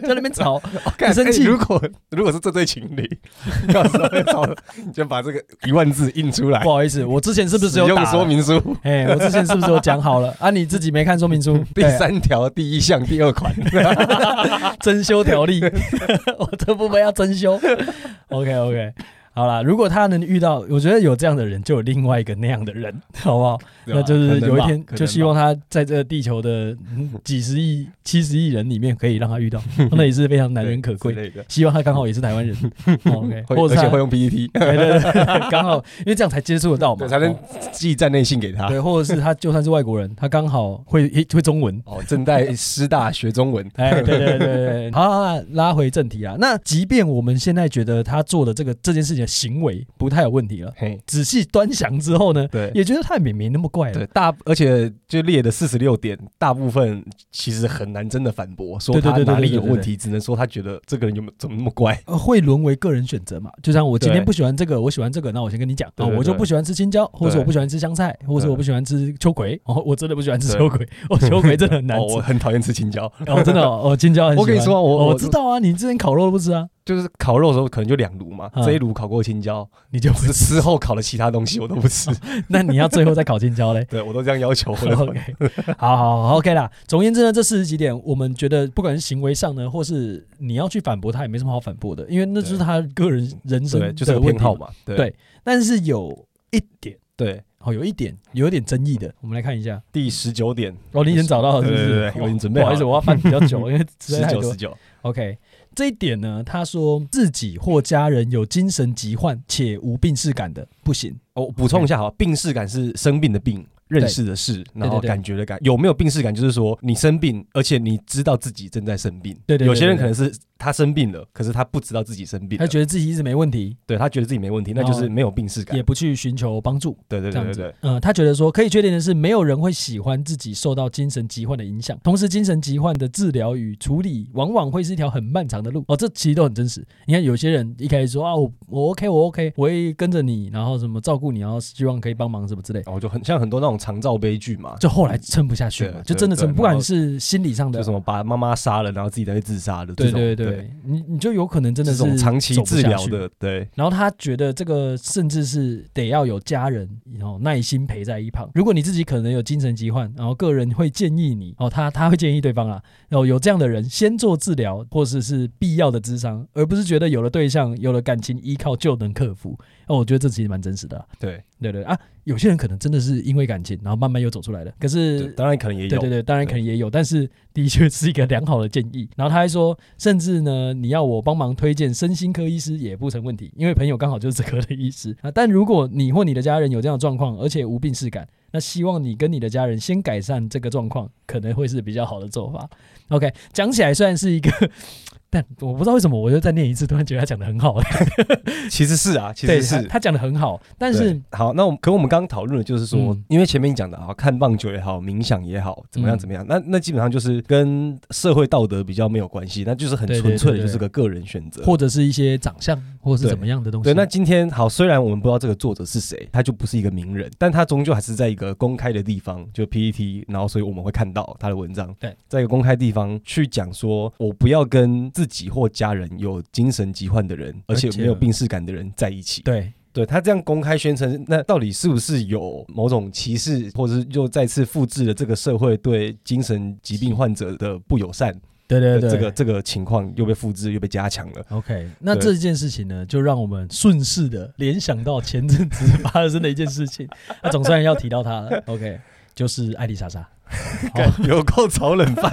Speaker 1: 在那边 吵，
Speaker 2: 干
Speaker 1: 生气
Speaker 2: 哎如果如果是这对情侣， 到时候找你就把这个一万字印出来
Speaker 1: 不，好意思，我之前是不是只
Speaker 2: 使
Speaker 1: 有
Speaker 2: 用
Speaker 1: 打
Speaker 2: 说
Speaker 1: 了？
Speaker 2: 明书。
Speaker 1: 哎、我之前是不是有讲好 了啊？你自己没看说明书，哎
Speaker 2: 第
Speaker 1: 对
Speaker 2: 三条第一项第二 款，
Speaker 1: 啊 征修条例，我这部分要征修。OK OK，好啦，如果他能遇到，我觉得有这样的人，就有另外一个那样的人，好不好？
Speaker 2: 对吧
Speaker 1: 那就是有一天，
Speaker 2: 可能吧可能吧
Speaker 1: 就希望他在这个地球 的嗯几十亿、七十亿人里面，可以让他遇到， 那也是非常难能可
Speaker 2: 对
Speaker 1: 贵。
Speaker 2: 之类的，
Speaker 1: 希望他刚好也是台 湾人哦，OK，
Speaker 2: 会
Speaker 1: 或者
Speaker 2: 而且
Speaker 1: 他
Speaker 2: 会用 PPT，
Speaker 1: 对对对对， 刚好，因为这样才接触得到嘛，
Speaker 2: 对，才能
Speaker 1: 哦啊
Speaker 2: 寄站内信给他。
Speaker 1: 对，或者是他就算是外国人，他刚好会 会中文，
Speaker 2: 哦，正在师大学中文，
Speaker 1: 哎，对对对对对， 好好好拉回正题啊。那即便我们现在觉得他做的这个这件事情的行为不太有问题了，
Speaker 2: 嘿，
Speaker 1: 仔细端详之后呢，
Speaker 2: 对
Speaker 1: 也觉得他也没没那么怪了。
Speaker 2: 对，大而且就列的四十六点，大部分其实很难真的反驳，说他
Speaker 1: 对对对对
Speaker 2: 哪里
Speaker 1: 对
Speaker 2: 有
Speaker 1: 对对
Speaker 2: 问题，只能说他觉得这个人有没有怎么那么乖。
Speaker 1: 呃会沦为个人选择嘛？就像我今
Speaker 2: 对
Speaker 1: 天不喜欢这个，我喜欢这个，那我先跟你讲啊，
Speaker 2: 对对对
Speaker 1: 我就不喜欢吃青椒，或者
Speaker 2: 对
Speaker 1: 我不喜欢吃香菜，或者
Speaker 2: 对
Speaker 1: 我不喜欢吃秋葵。哦，我真的不喜欢吃
Speaker 2: 对
Speaker 1: 秋葵，哦，秋葵真的很难
Speaker 2: 哦，
Speaker 1: 吃
Speaker 2: 我。很讨厌吃青椒，
Speaker 1: 哦，真的哦，哦青椒很喜欢。
Speaker 2: 我跟你说我
Speaker 1: 哦
Speaker 2: 我
Speaker 1: 我知道啊，你之前烤肉都不吃啊，
Speaker 2: 就是烤肉的时候可能就两炉嘛，
Speaker 1: 嗯
Speaker 2: 这一炉烤过青 椒，
Speaker 1: 你就不
Speaker 2: 之
Speaker 1: 吃。
Speaker 2: 之后烤的其他东西我都不 吃，
Speaker 1: 那你要最后再烤青椒嘞？
Speaker 2: 对我都这样要求我的朋友。
Speaker 1: OK，好好好，OK 啦。总而言之呢，这四十几点，我们觉得不管是行为上呢，或是你要去反驳他，也没什么好反驳的，因为那就是他个人人生
Speaker 2: 对，就是
Speaker 1: 的
Speaker 2: 个
Speaker 1: 问
Speaker 2: 偏
Speaker 1: 题
Speaker 2: 好。嘛，对
Speaker 1: 对但是有一点，
Speaker 2: 对。
Speaker 1: 哦，有一点有一点争议的，我们来看一下。
Speaker 2: 第十九点，
Speaker 1: 哦，你已经找到了是不是？
Speaker 2: 对对对对我已经准备
Speaker 1: 不
Speaker 2: 好
Speaker 1: 好意思，我要翻比较 久，因为实在
Speaker 2: 十
Speaker 1: 太
Speaker 2: 九
Speaker 1: 多
Speaker 2: 十。九，
Speaker 1: OK，这一点呢，他说自己或家人有精神疾患且无病逝感的不行。
Speaker 2: 哦，我补充一下哈，病逝感是生病的病，认识的事，然
Speaker 1: 对对
Speaker 2: 后
Speaker 1: 对
Speaker 2: 感觉的感，有没有病逝感就是说你生病，而且你知道自己正在生病。
Speaker 1: 对对对
Speaker 2: 有些人
Speaker 1: 对
Speaker 2: 可能是他生病了，可是他不知道自己生病了，
Speaker 1: 他觉得自己一直没问题，
Speaker 2: 对他觉得自己没问题，那就是
Speaker 1: 哦
Speaker 2: 没有病逝感
Speaker 1: 也。不去寻求帮助。
Speaker 2: 对对
Speaker 1: 这
Speaker 2: 对
Speaker 1: 样
Speaker 2: 对
Speaker 1: 子
Speaker 2: 对，，
Speaker 1: 嗯、他觉得说可以确定的是，没有人会喜欢自己受到精神疾患的影响。同时，精神疾患的治疗与处理往往会是一条很漫长的路。哦，这其实都很真实。你看，有些人一开始说啊，我我 OK，我 OK，我会跟着你，然后什么照顾你，然后希望可以帮忙什么之类的。
Speaker 2: 然后就很像很多那种长照悲剧嘛，
Speaker 1: 就后来撑不下去了，
Speaker 2: 对
Speaker 1: 就真的
Speaker 2: 对
Speaker 1: 撑，
Speaker 2: 对
Speaker 1: 不管是心理上的
Speaker 2: 就，什么把妈妈杀了，然后自己再去自杀的这
Speaker 1: 对
Speaker 2: 种，
Speaker 1: 对对，你你就有可能真的
Speaker 2: 这
Speaker 1: 是
Speaker 2: 种长期
Speaker 1: 走不
Speaker 2: 治
Speaker 1: 下
Speaker 2: 疗
Speaker 1: 去
Speaker 2: 的，对
Speaker 1: 然后他觉得这个甚至是得要有家人，然后耐心陪在一旁。如果你自己可能有精神疾患，然后个人会建议你哦，他他会建议对方啊，然后有这样的人先做治疗或者是必要的咨商，而不是觉得有了对象、有了感情依靠就能克服。哦，我觉得这其实蛮真实的啊、
Speaker 2: 对
Speaker 1: 对对啊，有些人可能真的是因为感情，然后慢慢又走出来了。可
Speaker 2: 对，
Speaker 1: 是
Speaker 2: 当然可能也
Speaker 1: 对
Speaker 2: 有
Speaker 1: 对，对，当然可能也有，但是 的确是一个良好的建议。然后他还说，甚至呢，你要我帮忙推荐身心科医师也不成问题，因为朋友刚好就是这科的医师啊。但如果你或你的家人有这样的状况，而且无病耻感，那希望你跟你的家人先改善这个状况，可能会是比较好的做法。OK，讲起来虽然是一个， 但我不知道为什么，我就再念一次，突然觉得他讲的很好。
Speaker 2: 其实是啊，其
Speaker 1: 对，
Speaker 2: 实
Speaker 1: 他
Speaker 2: 是
Speaker 1: 他讲的很好，但
Speaker 2: 对
Speaker 1: 是
Speaker 2: 好，那我们可我们刚刚讨论的就是说，
Speaker 1: 嗯
Speaker 2: 因为前面讲的啊，看棒球也好，冥想也好，怎么样
Speaker 1: 嗯
Speaker 2: 怎么样，那那基本上就是跟社会道德比较没有关系，那就是很
Speaker 1: 对对
Speaker 2: 纯粹的，
Speaker 1: 对对
Speaker 2: 就是个个人选择。
Speaker 1: 或者是一些长相，或是
Speaker 2: 对
Speaker 1: 怎么样的东西。
Speaker 2: 对，那今天好，虽然我们不知道这个作者是谁，他就不是一个名人，但他终究还是在一个公开的地方，就 PPT，然后所以我们会看到他的文章。
Speaker 1: 对，
Speaker 2: 在一个公开地方去讲说，我不要跟自己或家人有精神疾患的人，而且
Speaker 1: 而且
Speaker 2: 没有病逝感的人在一起。
Speaker 1: 对
Speaker 2: 对他这样公开宣称，那到底是不是有某种歧视，或者是又再次复制了这个社会对精神疾病患者的不友善？
Speaker 1: 对对对，
Speaker 2: 这个这个情况又被复制又被加强了。
Speaker 1: OK，那
Speaker 2: 对
Speaker 1: 这件事情呢，就让我们顺势的联想到前阵子发生的一件事情， 那总算要提到它了。OK，就是艾丽莎 莎，哦
Speaker 2: 干有够炒冷 饭，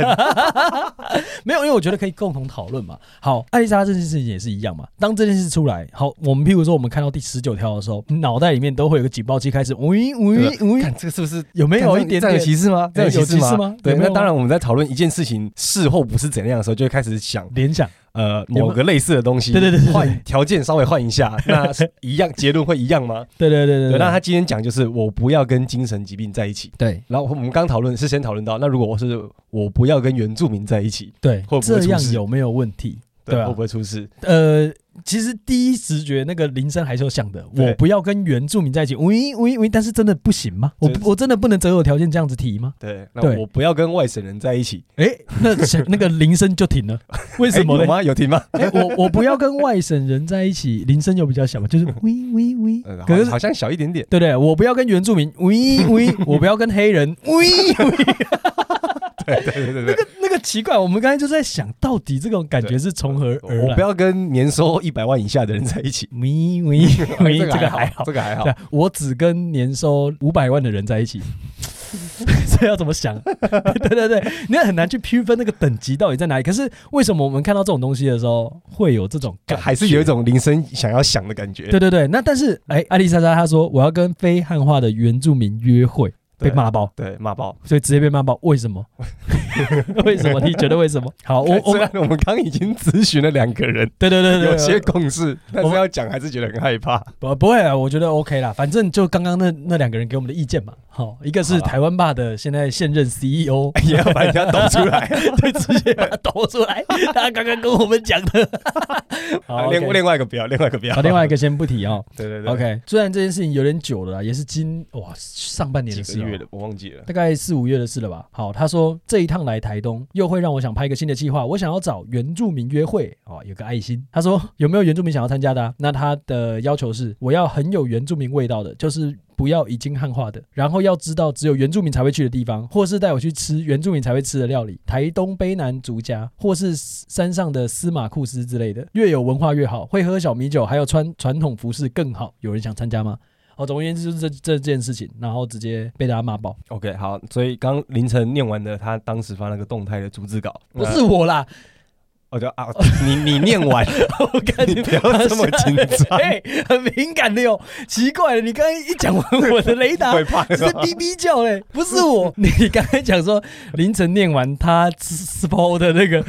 Speaker 1: 没有，因为我觉得可以共同讨论嘛。好，艾丽莎莎这件事情也是一样嘛。当这件事出来，好，我们譬如说我们看到第十九条的时候，脑袋里面都会有个警报器开始，喂喂喂，
Speaker 2: 看这个是不是？
Speaker 1: 有没
Speaker 2: 没
Speaker 1: 有一点
Speaker 2: 这样
Speaker 1: 点
Speaker 2: 有歧视吗？这样
Speaker 1: 有
Speaker 2: 歧
Speaker 1: 歧视吗
Speaker 2: 吗？对，
Speaker 1: 有没
Speaker 2: 那
Speaker 1: 有
Speaker 2: 当然，我们在讨论一件事情事后不是怎样的时候，就会开始想，
Speaker 1: 联想？
Speaker 2: 呃，
Speaker 1: 有没有
Speaker 2: 某个类似的东西，
Speaker 1: 对对对对对
Speaker 2: 换条件稍微换一下， 那是一样结论会一样吗？
Speaker 1: 对对对对
Speaker 2: 对，那他今天讲就是我不要跟精神疾病在一起，
Speaker 1: 对
Speaker 2: 然后我们刚讨论是先讨论到，那如果我是我不要跟原住民在一起，
Speaker 1: 对
Speaker 2: 会不会出
Speaker 1: 这样
Speaker 2: 事
Speaker 1: 有没有问题？
Speaker 2: 对，
Speaker 1: 对啊
Speaker 2: 会不会出事？
Speaker 1: 呃，其实第一直觉那个铃声还是有响的，
Speaker 2: 对
Speaker 1: 我不要跟原住民在一起，喂喂喂，但是真的不行吗？我
Speaker 2: 就是
Speaker 1: 不我真的不能择偶条件这样子提吗？
Speaker 2: 对，那
Speaker 1: 对
Speaker 2: 我不要跟外省人在一起，
Speaker 1: 哎、那响那个铃声就 停了，为什么
Speaker 2: 哎有
Speaker 1: 呢？
Speaker 2: 吗？有听吗？
Speaker 1: 哎、我我不要跟外省人在一起，铃声又比较小嘛， 就是喂喂喂
Speaker 2: 呃，好
Speaker 1: 可是
Speaker 2: 好像小一 点点，
Speaker 1: 对不 对？我不要跟原住民，喂喂，我不要跟黑人，喂喂，
Speaker 2: 对对对对对，
Speaker 1: 那个奇怪，我们刚才就在想到底这种感觉是从何而来。。
Speaker 2: 我不要跟年收一百万以下的人在一起
Speaker 1: 咪咪咪，
Speaker 2: 哎这
Speaker 1: 这
Speaker 2: 个
Speaker 1: 个
Speaker 2: 还
Speaker 1: 还
Speaker 2: 好，
Speaker 1: 好
Speaker 2: 这。个还好
Speaker 1: 对。啊，我只跟年收五百万的人在一起， 这要怎么想？ 对对对，你很难去区分那个等级到底在哪里。可是为什么我们看到这种东西的时候会有这种感觉？
Speaker 2: 还是有一种铃声想要响的感觉。
Speaker 1: 对对对，那但是哎，艾丽莎莎她说我要跟非汉化的原住民约会，
Speaker 2: 对
Speaker 1: 被
Speaker 2: 啊
Speaker 1: 骂爆，
Speaker 2: 对，骂爆。
Speaker 1: 所以直接被骂爆。为什么？ 为什么？你觉得为什么？好，我我
Speaker 2: 虽然我们刚刚已经咨询了两个人，
Speaker 1: 对对对对，
Speaker 2: 有些共识，但
Speaker 1: 我
Speaker 2: 是
Speaker 1: 们
Speaker 2: 要讲还是觉得很害怕。
Speaker 1: 不不会啊，我觉得 OK 啦，反正就刚刚那那两个人给我们的意见嘛。好、一个是
Speaker 2: 好啦
Speaker 1: 台湾霸的现在现任 E CEO，
Speaker 2: 也要把人家抖 出来。
Speaker 1: 对，直接把它抖出来。他刚刚跟我们讲的。好，
Speaker 2: 另
Speaker 1: 哦 OK
Speaker 2: 另外一个不要，另外一个不要，
Speaker 1: 好，另外一个先不提哦。
Speaker 2: 对对对
Speaker 1: OK，虽然这件事情有点久了啦，也是今哇上半年
Speaker 2: 几
Speaker 1: 的事
Speaker 2: 个
Speaker 1: 哦
Speaker 2: 月了，我忘记了。
Speaker 1: 大概四五月的事了吧。好，他说这一趟来台东，又会让我想拍一个新的计划，我想要找原住民约会哦，有个爱心。他说有没有原住民想要参加的啊、那他的要求是，我要很有原住民味道的，就是。不要已经汉化的，然后要知道只有原住民才会去的地方，或是带我去吃原住民才会吃的料理，台东卑南族家，或是山上的司马库斯之类的，越有文化越好，会喝小米酒，还有穿传统服饰更好。有人想参加吗？哦，总而言之就是这这件事情，然后直接被大家骂爆。
Speaker 2: OK，好，所以刚凌晨念完了他当时发那个动态的逐字稿，
Speaker 1: 不是我啦，
Speaker 2: 我就啊， 你你念 完，
Speaker 1: 我感
Speaker 2: 你
Speaker 1: 觉
Speaker 2: 不要这么紧 张，
Speaker 1: 哎、很敏感的哟，奇怪了，你刚才一讲完，我的雷 达
Speaker 2: 会怕
Speaker 1: 是在
Speaker 2: 吗。
Speaker 1: 哔哔叫嘞，不是我。 你刚才讲说凌晨念完他 SPO 的那 个，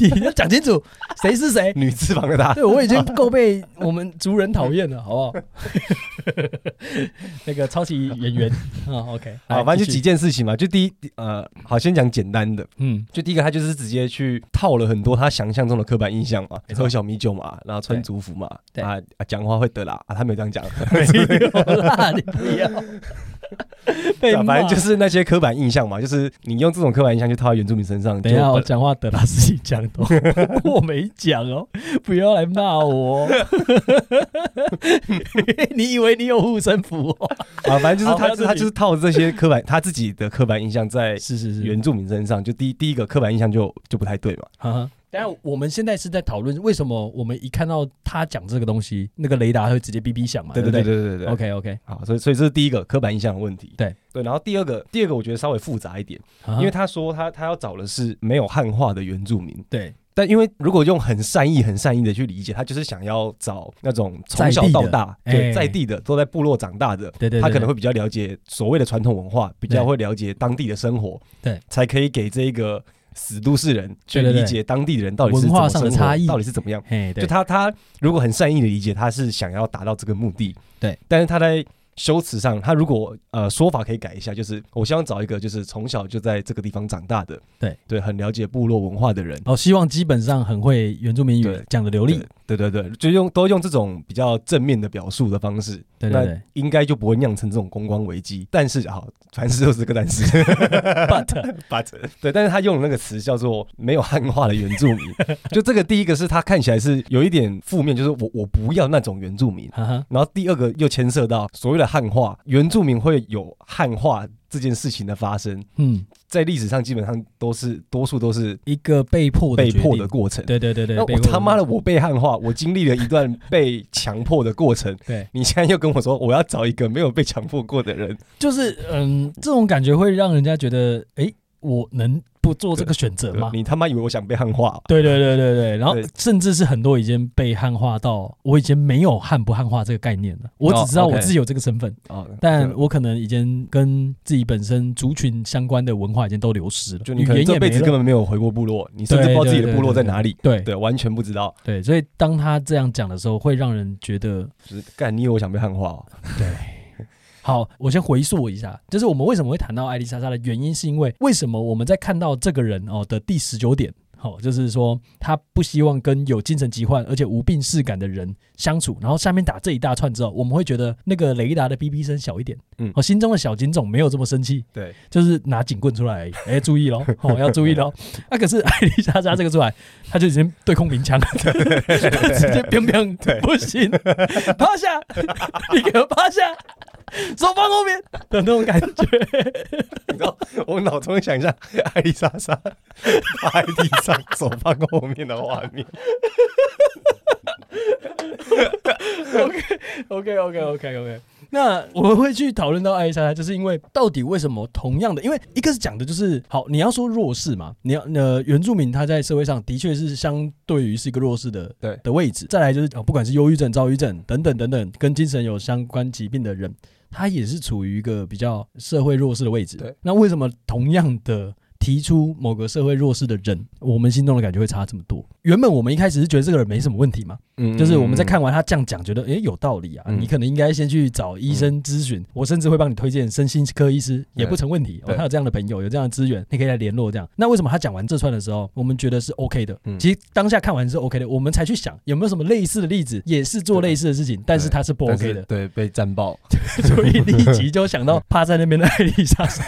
Speaker 1: 你你要讲清楚谁是 谁。
Speaker 2: 女字旁的他，
Speaker 1: 对，我已经够被我们族人讨厌了，好不 好？那个超级演员啊、o k
Speaker 2: 好，反正就几，件事情嘛。就第一，呃，好，先讲简单的。
Speaker 1: 嗯，
Speaker 2: 就第一个，他就是直接去套了很多他想象中的刻板印象嘛，
Speaker 1: 没错
Speaker 2: 喝小米酒嘛，然后穿族服嘛，
Speaker 1: 对
Speaker 2: 啊啊，讲话会得啦，啊，他没有 这样讲，
Speaker 1: 没有啦，你不要被
Speaker 2: 对啊
Speaker 1: 骂，
Speaker 2: 反正就是那些刻板印象嘛，就是你用这种刻板印象去套在原住民身上，
Speaker 1: 等一下，
Speaker 2: 就
Speaker 1: 我
Speaker 2: 本
Speaker 1: 讲话德拉自己讲的 哦，我没讲哦，不要来骂我 哦。你以为你有护身符哦？
Speaker 2: 啊，反正就 是
Speaker 1: 好不
Speaker 2: 他
Speaker 1: 要自己
Speaker 2: 他就是套这些刻板他自己的刻板印象在
Speaker 1: 是是
Speaker 2: 原，住民身上，就第一第一个刻板印象就就不太对嘛。
Speaker 1: 哈哈。等一下，我们现在是在讨论为什么我们一看到他讲这个东西，那个雷达会直接哔哔响嘛？
Speaker 2: 对
Speaker 1: 对
Speaker 2: 对
Speaker 1: 不
Speaker 2: 对对对。
Speaker 1: OK OK，
Speaker 2: 好，所以所以这是第一个刻板印象的问题。
Speaker 1: 对啊
Speaker 2: 对，然后第二个第二个我觉得稍微复杂一点，因为他说他他要找的是没有汉化的原住民，
Speaker 1: 对
Speaker 2: 但因为如果用很善意很善意的去理解，他就是想要找那种从小到大
Speaker 1: 在地的
Speaker 2: 对
Speaker 1: 哎
Speaker 2: 在地的都在部落长大的，
Speaker 1: 对对对
Speaker 2: 他可能会比较了解所谓的传统文化，比较
Speaker 1: 对
Speaker 2: 会了解当地的生活，
Speaker 1: 对，
Speaker 2: 才可以给这个死都市人去
Speaker 1: 对对对
Speaker 2: 理解当地的人到底是
Speaker 1: 文化
Speaker 2: 怎么
Speaker 1: 上的
Speaker 2: 生活
Speaker 1: 差异
Speaker 2: 到底是怎么样。
Speaker 1: 嘿，对
Speaker 2: 就，他他如果很善意的理解，他是想要达到这个目的，
Speaker 1: 对，
Speaker 2: 但是他在。修辞上，他如果呃说法可以改一下，就是我希望找一个就是从小就在这个地方长大的，
Speaker 1: 对
Speaker 2: 对，很了解部落文化的人，
Speaker 1: 哦，希望基本上很会原住民
Speaker 2: 对
Speaker 1: 语，讲的流利。
Speaker 2: 对对对，就用都用这种比较正面的表述的方式，
Speaker 1: 对对对
Speaker 2: 那应该就不会酿成这种公关危机。但是好，凡事都是个但是
Speaker 1: ，but
Speaker 2: ，but 对，但是他用的那个词叫做没有汉化的原住 民，就这个第一个是他看起来是有一点负面，就是我我不要那种原住民。
Speaker 1: 哈哈，
Speaker 2: 然后第二个又牵涉到所谓的汉化，原住民会有汉化这件事情的发生，
Speaker 1: 嗯，
Speaker 2: 在历史上基本上都是多数都是
Speaker 1: 一个被迫的
Speaker 2: 被
Speaker 1: 决
Speaker 2: 迫
Speaker 1: 定
Speaker 2: 的，过程。
Speaker 1: 对对对对，
Speaker 2: 那
Speaker 1: 被
Speaker 2: 我
Speaker 1: 迫
Speaker 2: 哦他妈的，
Speaker 1: 的，
Speaker 2: 我呃被汉化，我经历了一段被强迫的过 程。
Speaker 1: 对。
Speaker 2: 你现在又跟我说我要找一个没有被强迫过的人，
Speaker 1: 就是嗯，这种感觉会让人家觉得，哎、我能不做这个选择
Speaker 2: 对吧
Speaker 1: 吗？
Speaker 2: 你他妈以为我想被汉化？
Speaker 1: 对对对对对，然后
Speaker 2: 对
Speaker 1: 甚至是很多已经被汉化到，我已经没有汉不汉化这个概念了，我只知道
Speaker 2: 哦，OK
Speaker 1: 我自己有这个身份，
Speaker 2: 哦，
Speaker 1: 但
Speaker 2: 对
Speaker 1: 我可能已经跟自己本身族群相关的文化已经都流失了，
Speaker 2: 就
Speaker 1: 语
Speaker 2: 你可能
Speaker 1: 言
Speaker 2: 这
Speaker 1: 也
Speaker 2: 辈
Speaker 1: 没
Speaker 2: 子根
Speaker 1: 了。
Speaker 2: 本没有回过部落，你甚至不
Speaker 1: 对
Speaker 2: 知道自己的
Speaker 1: 对
Speaker 2: 部落在哪里，
Speaker 1: 对
Speaker 2: 对，完全不知道，
Speaker 1: 对，所以当他这样讲的时候，会让人觉得
Speaker 2: 就是干，你以为我想被汉化哦？
Speaker 1: 好，我先回溯一下，就是我们为什么会谈到艾丽莎莎的原因，是因为为什么我们在看到这个人哦的第十九点，好、就是说他不希望跟有精神疾患而且无病逝感的人相处，然后下面打这一大串之后，我们会觉得那个雷达的哔哔声小一点，
Speaker 2: 嗯
Speaker 1: 哦，心中的小警总没有这么生气，
Speaker 2: 对，
Speaker 1: 就是拿警棍出来而已，哎、注意喽，哦，要注意喽。那、可是艾丽莎莎这个出来，他就已经对空鸣枪，他直接砰砰，
Speaker 2: 对
Speaker 1: 不行，趴下，你给我趴下，手放后面的那种感觉。
Speaker 2: 你知道，我脑中想一下艾丽莎 莎趴在地上，手放后面的画面。
Speaker 1: OK OK OK OK。那我们会去讨论到艾莎莎，就是因为到底为什么同样的，因为一个是讲的就是好，你要说弱势嘛，你要呃原住民他在社会上的确是相对于是一个弱势的
Speaker 2: 对
Speaker 1: 的位置，再来就是、哦、不管是忧郁症、躁郁症等等等等跟精神有相关疾病的人，他也是处于一个比较社会弱势的位置。
Speaker 2: 对，
Speaker 1: 那为什么同样的？提出某个社会弱势的人，我们心中的感觉会差这么多。原本我们一开始是觉得这个人没什么问题嘛，
Speaker 2: 嗯
Speaker 1: 就是我们在看完他这样讲，觉得诶有道理啊，
Speaker 2: 嗯
Speaker 1: 你可能应该先去找医生咨询，我甚至会帮你推荐身心科医师，也不成问题。哦，
Speaker 2: 对
Speaker 1: 他有这样的朋友，有这样的资源，你可以来联络这样。那为什么他讲完这串的时候，我们觉得是 OK 的？
Speaker 2: 嗯
Speaker 1: 其实当下看完是 OK 的，我们才去想有没有什么类似的例子，也是做类似的事情，但是他是不
Speaker 2: 但
Speaker 1: OK
Speaker 2: 是
Speaker 1: 的，
Speaker 2: 对，被战爆。
Speaker 1: 所以立即就想到趴在那边的艾丽莎莎，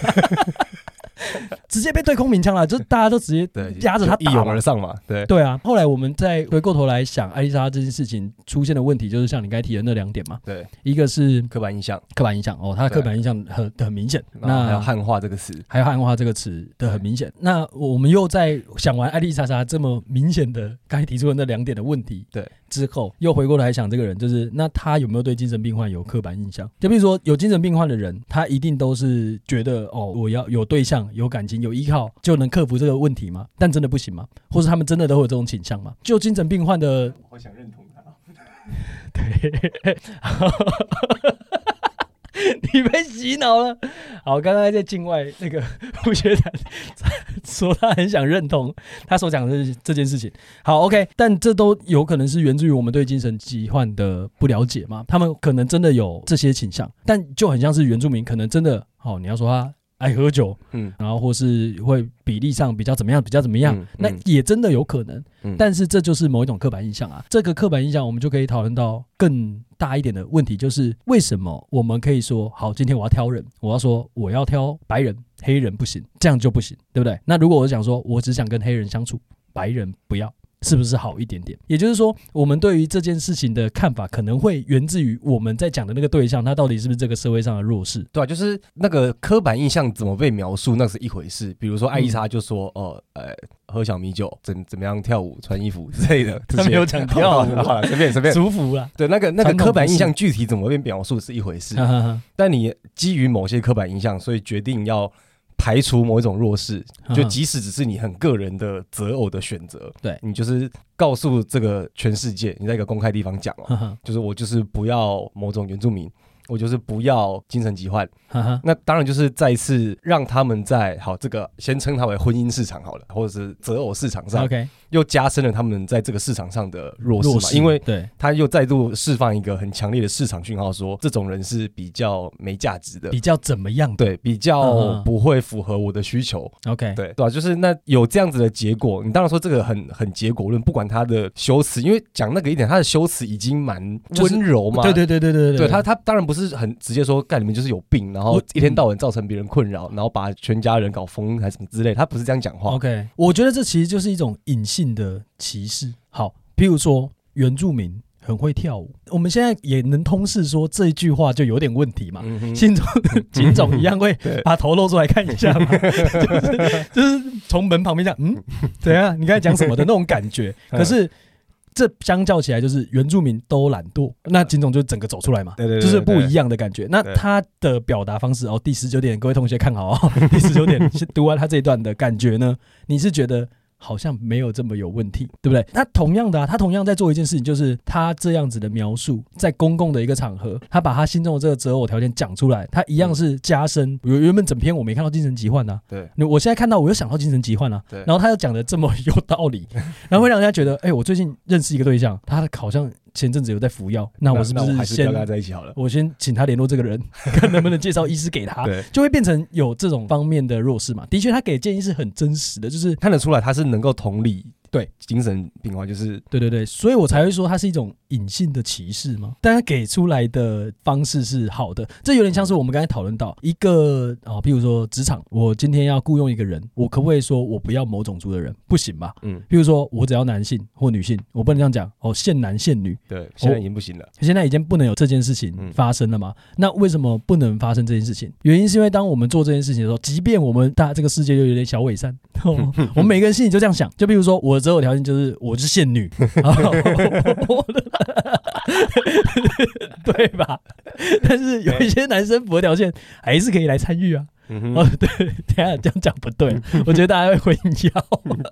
Speaker 1: 直接被对空鸣枪了，就是大家都直接
Speaker 2: 对，
Speaker 1: 压着他
Speaker 2: 就
Speaker 1: 打
Speaker 2: 一
Speaker 1: 嘛
Speaker 2: 拥而上嘛。对，
Speaker 1: 对啊，后来我们再回过头来想艾丽莎这件事情出现的问题，就是像你刚才提的那两点嘛，
Speaker 2: 对，
Speaker 1: 一个是
Speaker 2: 刻板印象，
Speaker 1: 刻板印象哦，他的
Speaker 2: 对
Speaker 1: 刻板印象很很明显，
Speaker 2: 然后还有
Speaker 1: 那
Speaker 2: 汉化这个词。
Speaker 1: 还有汉化这个词的很明显，那我们又在想完艾丽莎莎这么明显的刚才提出的那两点的问题，
Speaker 2: 对
Speaker 1: 之后又回过来想这个人，就是那他有没有对精神病患有刻板印象？就比如说有精神病患的人，他一定都是觉得哦，我要有对象、有感情、有依靠就能克服这个问题吗？但真的不行吗？或是他们真的都会有这种倾向吗？就精神病患的，
Speaker 2: 我想认同他。
Speaker 1: 对， 你被洗脑了。好，刚刚在境外那个 胡学长说他很想认同他所讲的这件事情。好，OK，但这都有可能是源自于我们对精神疾患的不了解嘛？他们可能真的有这些倾向，但就很像是原住民，可能真的，好、你要说他爱喝酒，
Speaker 2: 嗯，
Speaker 1: 然后或是会比例上比较怎么样，比较怎么样，
Speaker 2: 嗯
Speaker 1: 那
Speaker 2: 嗯
Speaker 1: 也真的有可能。
Speaker 2: 嗯
Speaker 1: 但是这就是某一种刻板印象啊。这个刻板印象，我们就可以讨论到更大一点的问题，就是为什么我们可以说，好，今天我要挑人，我要说我要挑白人，黑人不行，这样就不行，对不对？那如果我想说我只想跟黑人相处，白人不要。是不是好一点点？也就是说，我们对于这件事情的看法，可能会源自于我们在讲的那个对象，他到底是不是这个社会上的弱势？
Speaker 2: 对啊，就是那个刻板印象怎么被描述，那是一回事。比如
Speaker 1: 嗯
Speaker 2: 说艾丽莎就说：“哦、呃，喝小米酒，怎怎么样跳舞、穿衣服之类 的。”
Speaker 1: 她没有讲跳舞
Speaker 2: 好了随 便随便。
Speaker 1: 族服啦，
Speaker 2: 对，那个那个
Speaker 1: 传统
Speaker 2: 刻板印
Speaker 1: 不嗯
Speaker 2: 象具体怎么被描述是一回事，
Speaker 1: 哈哈哈
Speaker 2: 但你基于某些刻板印象，所以决定要排除某一种弱势，
Speaker 1: 嗯
Speaker 2: 就即使只是你很个人的择偶的选择，
Speaker 1: 对
Speaker 2: 你就是告诉这个全世界，你在一个公开地方讲哦，
Speaker 1: 哈哈
Speaker 2: 就是我就是不要某种原住民，我就是不要精神疾患。
Speaker 1: 哈哈，
Speaker 2: 那当然就是再次让他们在好这个先称它为婚姻市场好了，或者是择偶市场上
Speaker 1: OK，
Speaker 2: 又加深了他们在这个市场上的弱势
Speaker 1: 弱
Speaker 2: 嘛，
Speaker 1: 势，
Speaker 2: 因为
Speaker 1: 对
Speaker 2: 他又再度释放一个很强烈的市场讯号说，这种人是比较没价值的
Speaker 1: 比。较怎么样的
Speaker 2: 对，比
Speaker 1: 嗯
Speaker 2: 较
Speaker 1: 嗯
Speaker 2: 不会符合我的需求，
Speaker 1: OK，
Speaker 2: 对对吧、就是那有这样子的结果，你当然说这个很很结果论，不管他的修辞，因为讲那个一点，他的修辞已经蛮
Speaker 1: 就是
Speaker 2: 温柔嘛，
Speaker 1: 对对对对对
Speaker 2: 对他，他当然不是很直接说干你们就是有病，然后
Speaker 1: 我
Speaker 2: 一天到晚造成别人困扰，然后把全家人搞疯还是什么之类，他不是这样讲话。
Speaker 1: OK，我觉得这其实就是一种隐性的歧视。好，譬如说原住民很会跳舞，我们现在也能通视说这一句话就有点问题嘛。
Speaker 2: 嗯哼
Speaker 1: 新总警总一样会
Speaker 2: 对
Speaker 1: 把头露出来看一 下嘛，就是就是从门旁边这样，嗯，怎样？你刚才讲什么的那种感觉？
Speaker 2: 嗯
Speaker 1: 可是这相较起来，就是原住民都懒惰，那警总就整个走出来嘛，
Speaker 2: 对对对
Speaker 1: 就是不
Speaker 2: 对
Speaker 1: 一样的感觉。那
Speaker 2: 对
Speaker 1: 他的表达方式哦，第十九点，各位同学看好 哦，第十九点是读完他这一段的感觉呢，你是觉得？好像没有这么有问题，对不对？那同样的啊，他同样在做一件事情，就是他这样子的描述，在公共的一个场合，他把他心中的这个择偶条件讲出来，他一
Speaker 2: 嗯
Speaker 1: 样是加深。原原本整篇我没看到精神疾患呐、啊，
Speaker 2: 对
Speaker 1: 那我现在看到我又想到精神疾患啊，
Speaker 2: 对
Speaker 1: 然后他又讲的这么有道 理，然后会让人家觉得，哎、我最近认识一个对象，他好像前阵子有在服药，那我是不
Speaker 2: 那还是不
Speaker 1: 先
Speaker 2: 要跟他在一起好了？
Speaker 1: 我先请他联络这个人，看能不能介绍医师给他，
Speaker 2: 对，
Speaker 1: 就会变成有这种方面的弱势嘛。的确，他给的建议是很真实的，就是
Speaker 2: 看得出来他是能够同理
Speaker 1: 对
Speaker 2: 精神病患，就是
Speaker 1: 对对对，所以我才会说它是一种隐性的歧视吗？但他给出来的方式是好的，这有点像是我们刚才讨论到一个啊，比如说职场，我今天要雇佣一个人，我可不可以说我不要某种族的人？不行吧？
Speaker 2: 嗯，
Speaker 1: 比如说我只要男性或女性，我不能这样讲哦，限男限女，
Speaker 2: 对，现在已经不行了。
Speaker 1: 现在已经不能有这件事情发生了嘛？那为什么不能发生这件事情？原因是因为当我们做这件事情的时候，即便我们大这个世界就有点小伪善， 哦我们每个人心里就这样想。就比如说，我的择偶条件就是我是现女， 然后对吧？但是有一些男生符合条件，还是可以来参与啊。
Speaker 2: 嗯
Speaker 1: 哦
Speaker 2: 哼，，
Speaker 1: 对，等一下这样讲不对，我觉得大家会混淆。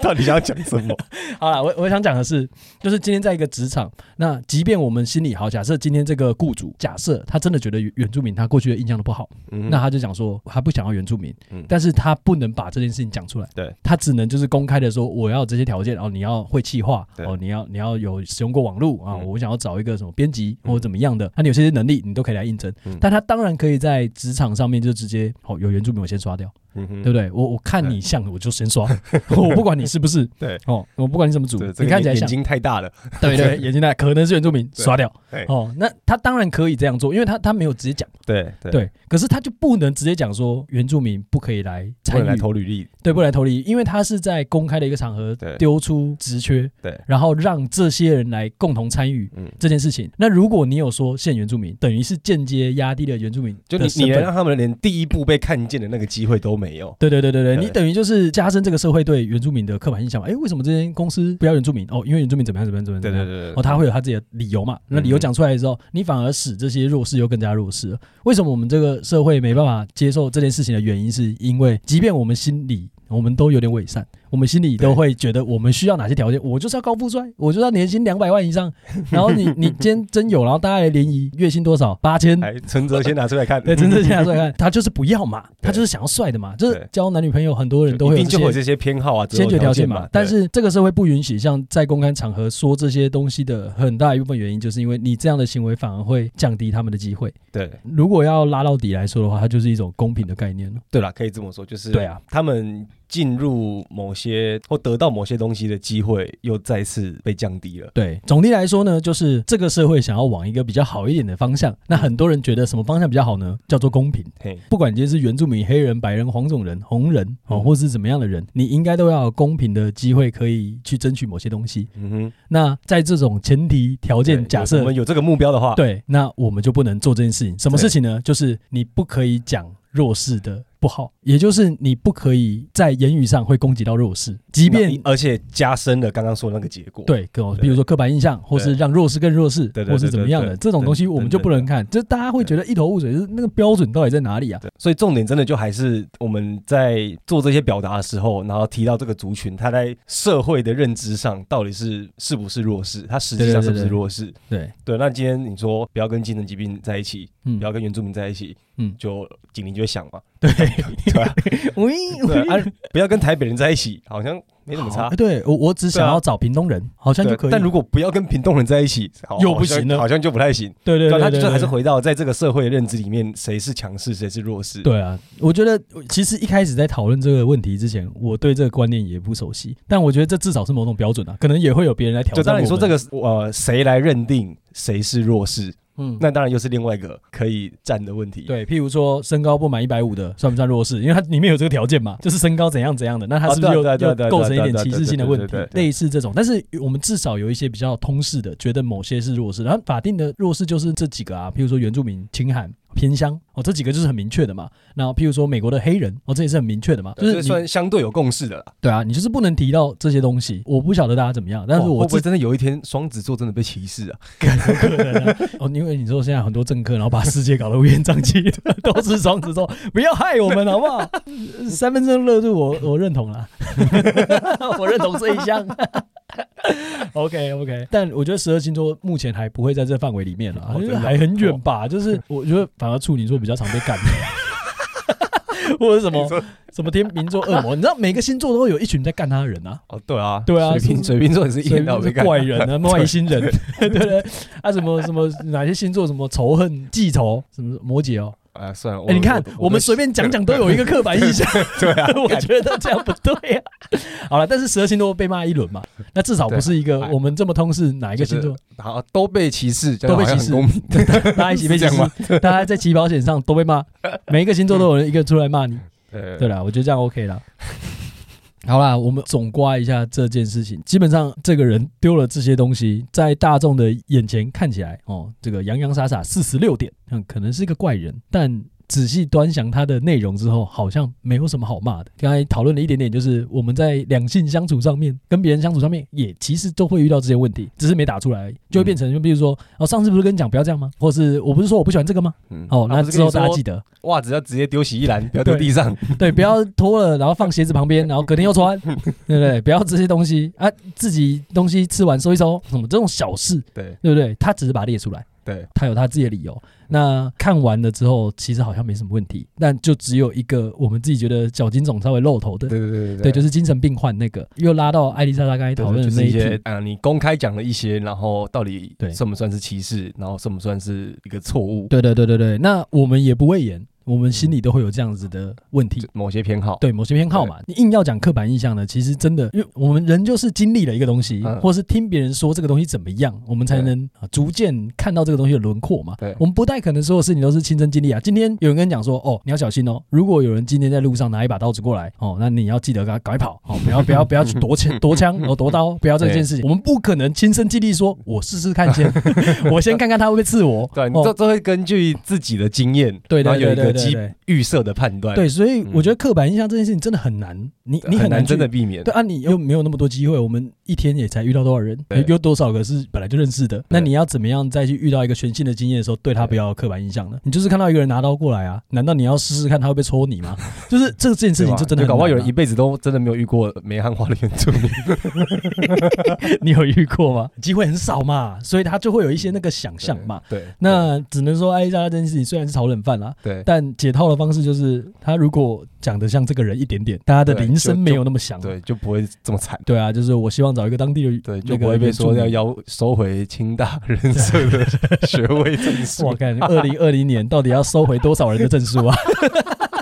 Speaker 2: 到底想讲什么？
Speaker 1: 好了，我我想讲的是，就是今天在一个职场，那即便我们心里好，假设今天这个雇主，假设他真的觉得原原住民他过去的印象都不好，
Speaker 2: 嗯
Speaker 1: 那他就讲说他不想要原住民，
Speaker 2: 嗯
Speaker 1: 但是他不能把这件事情讲出来，
Speaker 2: 对，
Speaker 1: 他只能就是公开的说我要有这些条件，哦，你要会气化，
Speaker 2: 对
Speaker 1: 哦，你要你要有使用过网络啊，
Speaker 2: 嗯
Speaker 1: 我想要找一个什么编辑
Speaker 2: 嗯
Speaker 1: 或者怎么样的，那、你有这些能力，你都可以来应征，
Speaker 2: 嗯
Speaker 1: 但他当然可以在职场上面就直接哦有原住民我先刷掉。
Speaker 2: 嗯哼
Speaker 1: 对不对？我我看你像，我就先 刷，我不管你是不是，
Speaker 2: 对
Speaker 1: 哦，我不管你怎么组，
Speaker 2: 对，这
Speaker 1: 你
Speaker 2: 个
Speaker 1: 看起来
Speaker 2: 眼
Speaker 1: 像，
Speaker 2: 睛太大了。
Speaker 1: 对对，眼睛大，可能是原住民，
Speaker 2: 对
Speaker 1: 刷掉
Speaker 2: 对，
Speaker 1: 哦，那他当然可以这样做，因为他他没有直接讲，
Speaker 2: 对对，
Speaker 1: 对，可是他就不能直接讲说原住民不可以来
Speaker 2: 不
Speaker 1: 参
Speaker 2: 能来
Speaker 1: 与，
Speaker 2: 投履历。
Speaker 1: 对，不能来投履历，因为他是在公开的一个场合
Speaker 2: 对
Speaker 1: 丢出职缺，
Speaker 2: 对，
Speaker 1: 然后让这些人来共同参与。
Speaker 2: 嗯，
Speaker 1: 这件事情，那如果你有说限原住民，等于是间接压低了原住民
Speaker 2: 就
Speaker 1: 的
Speaker 2: 你
Speaker 1: 身
Speaker 2: 你
Speaker 1: 份
Speaker 2: 连让他们连第一步被看见的那个机会都没有。
Speaker 1: 对对对对对，
Speaker 2: 对
Speaker 1: 你等于就是加深这个社会对原住民的刻板印象嘛？哎，为什么这间公司不要原住民？哦，因为原住民怎么样怎么样怎么样？
Speaker 2: 对
Speaker 1: 怎么
Speaker 2: 对
Speaker 1: 样。
Speaker 2: 对对，
Speaker 1: 哦，他会有他自己的理由嘛？那理由
Speaker 2: 嗯
Speaker 1: 讲出来之后，你反而使这些弱势又更加弱势了。为什么我们这个社会没办法接受这件事情的原因，是因为即便我们心里我们都有点伪善，我们心里都
Speaker 2: 对
Speaker 1: 会觉得我们需要哪些条件？我就是要高富帅，我就是要年薪两百万以上。然后你你今天真有，然后大家来联谊，月薪多少？八千，
Speaker 2: 还存折先拿出来看，
Speaker 1: 嗯对，真正现在 来看，他就是不要嘛，
Speaker 2: 对
Speaker 1: 他就是想要帅的嘛，就是
Speaker 2: 对
Speaker 1: 交男女朋友，很多人都
Speaker 2: 一
Speaker 1: 会有
Speaker 2: 定就会有
Speaker 1: 这些
Speaker 2: 这些偏好啊，择
Speaker 1: 先
Speaker 2: 偶
Speaker 1: 决条件嘛
Speaker 2: 嘛。。
Speaker 1: 但是这个社会不允许像在公开场合说这些东西的很大一部分原因，就是因为你这样的行为反而会降低他们的机会。
Speaker 2: 对对
Speaker 1: 如果要拉到底来说的话，它就是一种公平的概念了。
Speaker 2: 对啦，可以这么说，就是
Speaker 1: 对啊，
Speaker 2: 他们进入某些或得到某些东西的机会又再次被降低了。
Speaker 1: 对，总的来说呢，就是这个社会想要往一个比较好一点的方向。那很多人觉得什么方向比较好呢？叫做公平。
Speaker 2: 嘿，
Speaker 1: 不管你今天是原住民、黑人、白人、黄种人、红人哦，
Speaker 2: 嗯
Speaker 1: 或是怎么样的人，你应该都要有公平的机会，可以去争取某些东西。
Speaker 2: 嗯哼，
Speaker 1: 那在这种前提条
Speaker 2: 对
Speaker 1: 件假
Speaker 2: 我
Speaker 1: 设
Speaker 2: 们，有这个目标的话，
Speaker 1: 对，那我们就不能做这件事情。什么
Speaker 2: 对
Speaker 1: 事情呢？就是你不可以讲弱势的不好，也就是你不可以在言语上会攻击到弱势，即
Speaker 2: 那，
Speaker 1: 便。
Speaker 2: 而且加深了刚刚说的那个结果。
Speaker 1: 对，跟
Speaker 2: 对
Speaker 1: 比如说刻板印象，或是让弱势更弱势
Speaker 2: 对，对
Speaker 1: 或是怎么样
Speaker 2: 对
Speaker 1: 的
Speaker 2: 对对
Speaker 1: 这种东西，
Speaker 2: 对
Speaker 1: 我们就不能看。就大家会觉得一头雾水，就是那个标准到底在哪里啊？
Speaker 2: 对，所以重点真的就还是我们在做这些表达的时候，然后提到这个族群，他在社会的认知上到底是是不是弱势，他实际上是不是弱势？
Speaker 1: 对，
Speaker 2: 对，那今天你说不要跟精神疾病在一起，
Speaker 1: 嗯
Speaker 2: 不，要跟原住民在一起，
Speaker 1: 嗯
Speaker 2: 就警铃就会响嘛。
Speaker 1: 对，
Speaker 2: 对啊，
Speaker 1: 喂
Speaker 2: 对啊，啊不要跟台北人在一起，好像没怎么差啊
Speaker 1: 好。对我，我只想要找屏东人，好像就
Speaker 2: 对
Speaker 1: 可以。啊
Speaker 2: 但如果不要跟屏东人在一起，好
Speaker 1: 又
Speaker 2: 好
Speaker 1: 不
Speaker 2: 像
Speaker 1: 行了
Speaker 2: 好像就不太行。
Speaker 1: 对对对，
Speaker 2: 对啊，他
Speaker 1: 对
Speaker 2: 就是还是
Speaker 1: 对
Speaker 2: 回到在这个社会的认知里面，谁是强势，谁是弱势。
Speaker 1: 对啊，我觉得其实一开始在讨论这个问题之前，我对这个观念也不熟悉，但我觉得这至少是某种标准啊，可能也会有别人来挑
Speaker 2: 就
Speaker 1: 战。
Speaker 2: 当然你说这，个呃，谁来认定谁是弱势，
Speaker 1: 嗯，
Speaker 2: 那当然又是另外一个可以站的问题。，
Speaker 1: 对，譬如说身高不满一百五的算不算弱势？因为它里面有这个条件嘛，就是身高怎样怎样的，那它是不是
Speaker 2: 啊
Speaker 1: 又
Speaker 2: 对啊对啊
Speaker 1: 又
Speaker 2: 对啊对啊
Speaker 1: 构成一点
Speaker 2: 对啊
Speaker 1: 歧
Speaker 2: 对啊
Speaker 1: 视性的
Speaker 2: 对啊对啊
Speaker 1: 问题
Speaker 2: 对啊？对啊
Speaker 1: 类似这种，但是我们至少有一些比较通识的，觉得某些是弱势，然后法定的弱势就是这几个啊，譬如说原住民、青海。偏乡哦，这几个就是很明确的嘛。然后，譬如说美国的黑人哦，这也是很明确的嘛。就
Speaker 2: 就是是
Speaker 1: 你
Speaker 2: 算相对有共识的啦。
Speaker 1: 对啊，你就是不能提到这些东西。我不晓得大家怎么样，但是
Speaker 2: 哇
Speaker 1: 我
Speaker 2: 哦会不会
Speaker 1: 自
Speaker 2: 真的有一天双子座真的被歧视啊？
Speaker 1: 可能、啊、 哦，因为你说现在很多政客，然后把世界搞得乌烟瘴气，都是双子座，不要害我们好不好？三分钟热度我我认同了， 我认同这一项。OK OK，但我觉得十二星座目前还不会在这范围里面了
Speaker 2: 哦，
Speaker 1: 因
Speaker 2: 真
Speaker 1: 为
Speaker 2: 的
Speaker 1: 还很远吧。就是我觉得反而处女座比较常被干， 或者什么
Speaker 2: 你说
Speaker 1: 什么天秤座恶魔，你知道每个星座都会有一群在干他的人啊。
Speaker 2: 哦，对啊，
Speaker 1: 对啊
Speaker 2: 水
Speaker 1: 是
Speaker 2: 瓶水瓶座 也是一
Speaker 1: 所以
Speaker 2: 天到晚
Speaker 1: 是
Speaker 2: 被干
Speaker 1: 怪人 啊，外星 人，对不对？啊，什么什么哪些星座什么仇恨、记仇，什么摩羯哦，
Speaker 2: 啊，算了，
Speaker 1: 哎，你看，我们随便讲讲都有一个刻板印象，
Speaker 2: 对啊
Speaker 1: 我觉得这样不对啊。好了，但是十二星座被骂一 轮嘛，那至少不是一个
Speaker 2: 对啊
Speaker 1: 我们这么通是哪一个
Speaker 2: 就是
Speaker 1: 星座，
Speaker 2: 好都被歧视，
Speaker 1: 都被歧视
Speaker 2: 这样好像很公平，
Speaker 1: 大家一起被
Speaker 2: 是
Speaker 1: 歧
Speaker 2: 这样吗
Speaker 1: 视，大家在起跑线上都被骂，每一个星座都有人一个出来骂你。
Speaker 2: 对
Speaker 1: 对啦，我觉得这样 OK 啦。 好啦，我们总刮一下这件事情。基本上，这个人丢了这些东西，在大众的眼前看起来，哦，这个洋洋洒洒四十六点，嗯，可能是个怪人，但仔细端详他的内容之后，好像没有什么好骂的。刚才讨论了一点点，就是我们在两性相处上面，跟别人相处上面，也其实都会遇到这些问题，只是没打出来而已，就会变成，就比如说，哦，上次不是跟你讲不要这样吗？或是我不是说我不喜欢这个吗？
Speaker 2: 嗯
Speaker 1: 哦，
Speaker 2: 啊
Speaker 1: 那
Speaker 2: 不是
Speaker 1: 之
Speaker 2: 跟
Speaker 1: 后
Speaker 2: 你
Speaker 1: 大家
Speaker 2: 说
Speaker 1: 记得，
Speaker 2: 袜子要直接丢洗衣篮，不要丢地上。
Speaker 1: 对，不要脱了，然后放鞋子旁边，然后隔天又 穿，对不对？不要这些东西啊，自己东西吃完收一收，什么这种小事，
Speaker 2: 对
Speaker 1: 对不对？他只是把它列出来，
Speaker 2: 对，
Speaker 1: 他有他自己的理由。那看完了之后，其实好像没什么问题，但就只有一个我们自己觉得脚筋总稍微露头的，
Speaker 2: 对对对
Speaker 1: 对，就是是精神病患那个，又拉到艾丽莎莎刚才讨论
Speaker 2: 就
Speaker 1: 的那
Speaker 2: 是
Speaker 1: 一
Speaker 2: 一
Speaker 1: 题，
Speaker 2: 些啊，你公开讲了一些，然后到底
Speaker 1: 对
Speaker 2: 算不算是歧视，然后算不算是一个错误，
Speaker 1: 对对对对对。那我们也不畏言，我们
Speaker 2: 嗯
Speaker 1: 心里都会有这样子的问题
Speaker 2: 就。某些偏好。
Speaker 1: 对某些偏好嘛，你硬要讲刻板印象呢，其实真的，因为我们人就是经历了一个东西，
Speaker 2: 嗯
Speaker 1: 或是听别人说这个东西怎么样，我们才能啊逐渐看到这个东西的轮廓嘛。
Speaker 2: 对
Speaker 1: 我们不太可能所有事情都是亲身经历啊。今天有人跟你讲说，哦，你要小心哦，如果有人今天在路上拿一把刀子过来，哦，那你要记得赶赶快跑，哦，不要不要不要去夺 枪夺枪哦夺刀，不要这件事情，我们不可能亲身经历说，我试试看 先，我先看看他会不会刺我。
Speaker 2: 对，你
Speaker 1: 哦
Speaker 2: 这这会根据自己的经验，
Speaker 1: 对
Speaker 2: 然后
Speaker 1: 对对
Speaker 2: 有一
Speaker 1: 对
Speaker 2: 个
Speaker 1: 对
Speaker 2: 基
Speaker 1: 对。
Speaker 2: 预设的判断，
Speaker 1: 对，，所以我
Speaker 2: 嗯
Speaker 1: 觉得刻板印象这件事情真的很难，你你
Speaker 2: 很
Speaker 1: 很
Speaker 2: 难
Speaker 1: 难去
Speaker 2: 真的避免。
Speaker 1: 对啊，你又没有那么多机会，我们一天也才遇到多少人，
Speaker 2: 对
Speaker 1: 有多少个是本来就认识的？那
Speaker 2: 对
Speaker 1: 你要怎么样再去遇到一个全新的经验的时候，对他不要有刻板印象呢？你就是看到一个人拿刀过来啊，难道你要试试看他会不会戳你 吗？就是这件事
Speaker 2: 对吧，
Speaker 1: 情就真的
Speaker 2: 搞
Speaker 1: 很
Speaker 2: 不好
Speaker 1: 难
Speaker 2: 有
Speaker 1: 啊
Speaker 2: 人一辈子都真的没有遇过梅汉花的 原住民，
Speaker 1: 你有遇过吗？机会很少嘛，所以他就会有一些那个想象嘛。
Speaker 2: 对。对，
Speaker 1: 那只能说哎艾莎这件事情虽然是炒冷饭啦，
Speaker 2: 对
Speaker 1: 但解套的方式就是他如果讲的像这个人一点点，大家的
Speaker 2: 对
Speaker 1: 铃声
Speaker 2: 就
Speaker 1: 没有那么响。
Speaker 2: 对就不会这么惨，
Speaker 1: 对啊，就是我希望找一个当地的
Speaker 2: 对就
Speaker 1: 那
Speaker 2: 不
Speaker 1: 个
Speaker 2: 会被
Speaker 1: 原住
Speaker 2: 说要
Speaker 1: 民
Speaker 2: 要收回清大人社 的学位证
Speaker 1: 我
Speaker 2: 书。
Speaker 1: 看二零二零年到底要收回多少人的证书啊？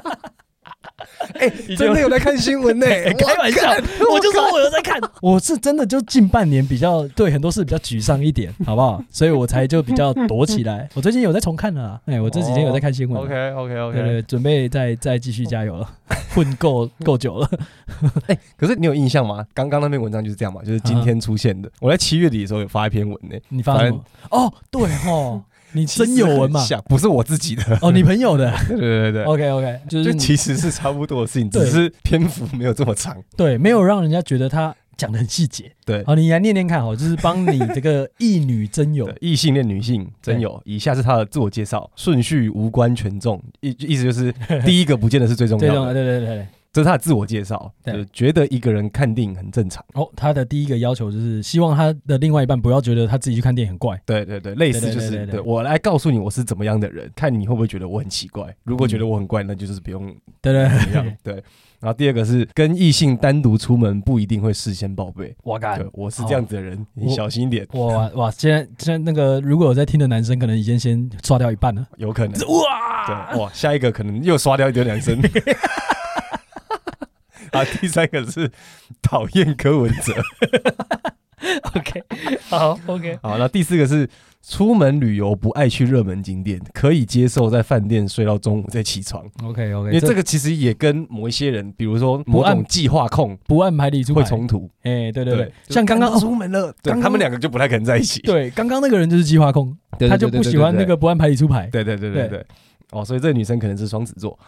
Speaker 2: 哎，
Speaker 1: 经
Speaker 2: 真的有在看新闻 呢，
Speaker 1: 哎开玩笑， 我就说我有在看，我是真的就近半年比较对很多事比较沮丧一点，好不好？所以我才就比较躲起来。我最近有在重看了啦，哎，我这几
Speaker 2: 哦
Speaker 1: 天有在看新闻了。
Speaker 2: OK OK
Speaker 1: 对 对，
Speaker 2: OK。
Speaker 1: 对准备再再继续加油了，混够够久了。
Speaker 2: 可是你有印象吗？刚刚那篇文章就是这样嘛，就是
Speaker 1: 嗯
Speaker 2: 今天出现的。我在七月底的时候有发一篇文呢，
Speaker 1: 你发什么？哦，对哦， 你真有文嘛
Speaker 2: 其实很？像不是我自 己的。
Speaker 1: 哦，你朋友的。
Speaker 2: 对对对对，
Speaker 1: OK OK，就是
Speaker 2: 就
Speaker 1: 你
Speaker 2: 其实是差不多的事情，
Speaker 1: 对
Speaker 2: 只是篇幅没有这么长。
Speaker 1: 对，没有让人家觉得他讲的很细节。
Speaker 2: 对
Speaker 1: 好，你来念念看 哦，就是帮你这个一女真 友
Speaker 2: 对，异性恋女性真有，以下是她的自我介绍，顺序无关权重，意意思就是 第一个不见得是最重
Speaker 1: 这
Speaker 2: 要
Speaker 1: 种
Speaker 2: 的，
Speaker 1: 对对对对。
Speaker 2: 这是她的自我介绍，就
Speaker 1: 对
Speaker 2: 是觉得一个人看电影很正常。
Speaker 1: 哦，他的第一个要求就是希望他的另外一半不要觉得他自己去看电影很怪。
Speaker 2: 对对对，类似就
Speaker 1: 对对对对
Speaker 2: 是对我来告诉你我是怎么样的人，看你会不会觉得我很奇怪。如果觉得我很怪，那就是不用
Speaker 1: 对对
Speaker 2: 怎么 样。对，然后第二个是跟异性单独出门不一定会事先报备，
Speaker 1: 我干
Speaker 2: 对，我是这样子的人，你小心一点，
Speaker 1: 哇哇！现在现在那个如果有在听的男生，可能已经先刷掉一半 了。
Speaker 2: 有可能。
Speaker 1: 哇！
Speaker 2: 对，哇，下一个可能又刷掉一堆男 生。啊，第三个是讨厌柯文哲。
Speaker 1: ，OK，好，OK，
Speaker 2: 好，那第四个是出门旅游不爱去热门景点，可以接受在饭店睡到中午再起床。
Speaker 1: OK，OK，、
Speaker 2: 因为这
Speaker 1: 这
Speaker 2: 个其实也跟某一些人，比如说某
Speaker 1: 按
Speaker 2: 种计划控
Speaker 1: 不按牌理出牌
Speaker 2: 会，冲突。
Speaker 1: 哎、对对对，
Speaker 2: 就
Speaker 1: 像刚刚
Speaker 2: 干
Speaker 1: 哦，
Speaker 2: 出门了，对
Speaker 1: 刚刚
Speaker 2: 他们两个就不太可能在一起。
Speaker 1: 对，刚刚那个人就是计划控，
Speaker 2: 对，
Speaker 1: 他就不喜欢那个。不按牌理出 牌，
Speaker 2: 对对对对对。哦，所以这个女生可能是双子座，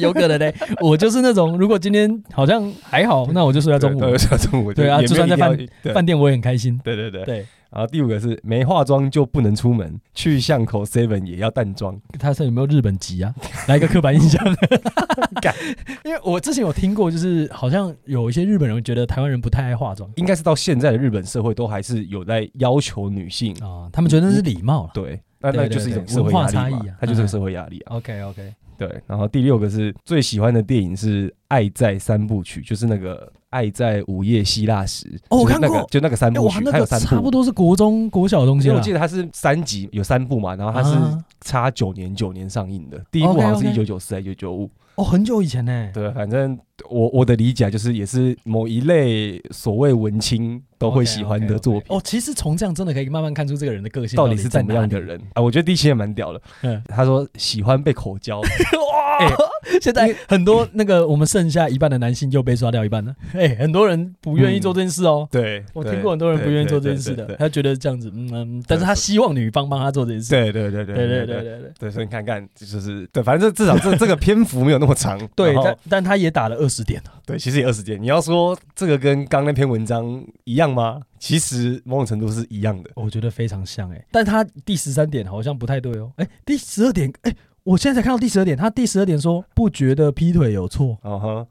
Speaker 1: 有可能嘞。我就是那种，如果今天好像还好，那我就睡到中
Speaker 2: 对
Speaker 1: 午，
Speaker 2: 睡到中午。
Speaker 1: 对啊
Speaker 2: 也没有
Speaker 1: 就算在
Speaker 2: 一定要
Speaker 1: 饭
Speaker 2: 对
Speaker 1: 饭店我也很开心。
Speaker 2: 对对对。
Speaker 1: 对，
Speaker 2: 然后第五个是没化妆就不能出门，去巷口 Seven 也要淡妆。
Speaker 1: 他是有没有日本籍啊？ 来一个刻板印象
Speaker 2: 干，
Speaker 1: 因为我之前有听过，就是好像有一些日本人觉得台湾人不太爱化妆
Speaker 2: 应该是到现在的日本社会都还是有在要求女性，
Speaker 1: 啊，他们觉得那是礼貌了。
Speaker 2: 对，那那
Speaker 1: 对对
Speaker 2: 就是一种
Speaker 1: 对
Speaker 2: 社会压
Speaker 1: 文化差
Speaker 2: 力
Speaker 1: 异啊
Speaker 2: 嘛，它就是个社会压力啊。
Speaker 1: OK OK，
Speaker 2: 对，然后第六个是最喜欢的电影是爱在三部曲》，就是那个《爱在午夜希腊时》
Speaker 1: 哦我
Speaker 2: 就是
Speaker 1: 看
Speaker 2: 那个
Speaker 1: 过
Speaker 2: 就那个三
Speaker 1: 哎，
Speaker 2: 部
Speaker 1: 哇，
Speaker 2: 曲，
Speaker 1: 那
Speaker 2: 它有
Speaker 1: 个
Speaker 2: 三
Speaker 1: 差不
Speaker 2: 部。
Speaker 1: 多是国中国小的东西
Speaker 2: 因为我
Speaker 1: 了
Speaker 2: 记。得它是三集，有三部嘛，然后它是
Speaker 1: 啊
Speaker 2: 差九年九年上映的，第一部好像是一
Speaker 1: OK，OK
Speaker 2: 九九四还是一九九五，
Speaker 1: 哦，很久以前呢。
Speaker 2: 对，反正我我的理解啊就是，也是某一类所谓文青都会喜欢的作品。
Speaker 1: 哦，其实从这样真的可以慢慢看出这个人的个性
Speaker 2: 到底
Speaker 1: 底
Speaker 2: 是怎么样的
Speaker 1: 在哪里。
Speaker 2: 人啊？我觉得第一期也蛮屌的。
Speaker 1: 嗯
Speaker 2: 他说喜欢被口交，
Speaker 1: 哇、
Speaker 2: 哎
Speaker 1: 现在很多那个我们剩下一半的男性又被刷掉一半了。哎、很多人不愿意做这件事哦。
Speaker 2: 对，
Speaker 1: 我
Speaker 2: 对
Speaker 1: 听过很多人不愿意做这件事
Speaker 2: 对
Speaker 1: 的，
Speaker 2: 对
Speaker 1: 他觉得这样子，嗯嗯，但是他希望女方帮他做这件事。
Speaker 2: 对对对
Speaker 1: 对对
Speaker 2: 对
Speaker 1: 对
Speaker 2: 对对
Speaker 1: 对对。
Speaker 2: 对，所以你看看，就是对，反正至少这这个篇幅没有那么长。
Speaker 1: 对，
Speaker 2: 然后
Speaker 1: 但但他也打了二十点了，
Speaker 2: 对，其实也二十件。你要说这个跟刚那篇文章一样吗？其实某种程度是一样的。
Speaker 1: 我觉得非常像哎、但他第十三点好像不太对哦，哎、第十二点，哎、我现在才看到第十二点，他第十二点说不觉得劈腿有错，
Speaker 2: 嗯哼，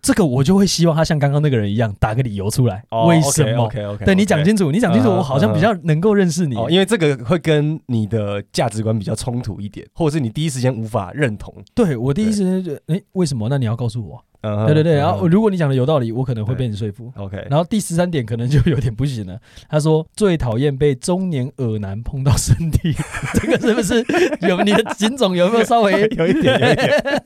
Speaker 1: 这个我就会希望他像刚刚那个人一样打个理由出来，
Speaker 2: 哦
Speaker 1: 为什么？
Speaker 2: ？OK OK，
Speaker 1: 对你讲清楚，你讲清楚，
Speaker 2: 嗯
Speaker 1: 我好像比较能够认识你。
Speaker 2: 哦，因为这个会跟你的价值观比较冲突一点，或者是你第一时间无法认同。
Speaker 1: 对我第一
Speaker 2: 对
Speaker 1: 时间就觉得，哎，为什么？那你要告诉我。
Speaker 2: 嗯
Speaker 1: 对对对，然后
Speaker 2: 嗯
Speaker 1: 如果你讲的有道理，我可能会被你说服。
Speaker 2: OK，
Speaker 1: 然后第十三点可能就有点不行了。他说最讨厌被中年耳男碰到身体， 这个是不是有你的警总有没有稍微
Speaker 2: 有一点有一点，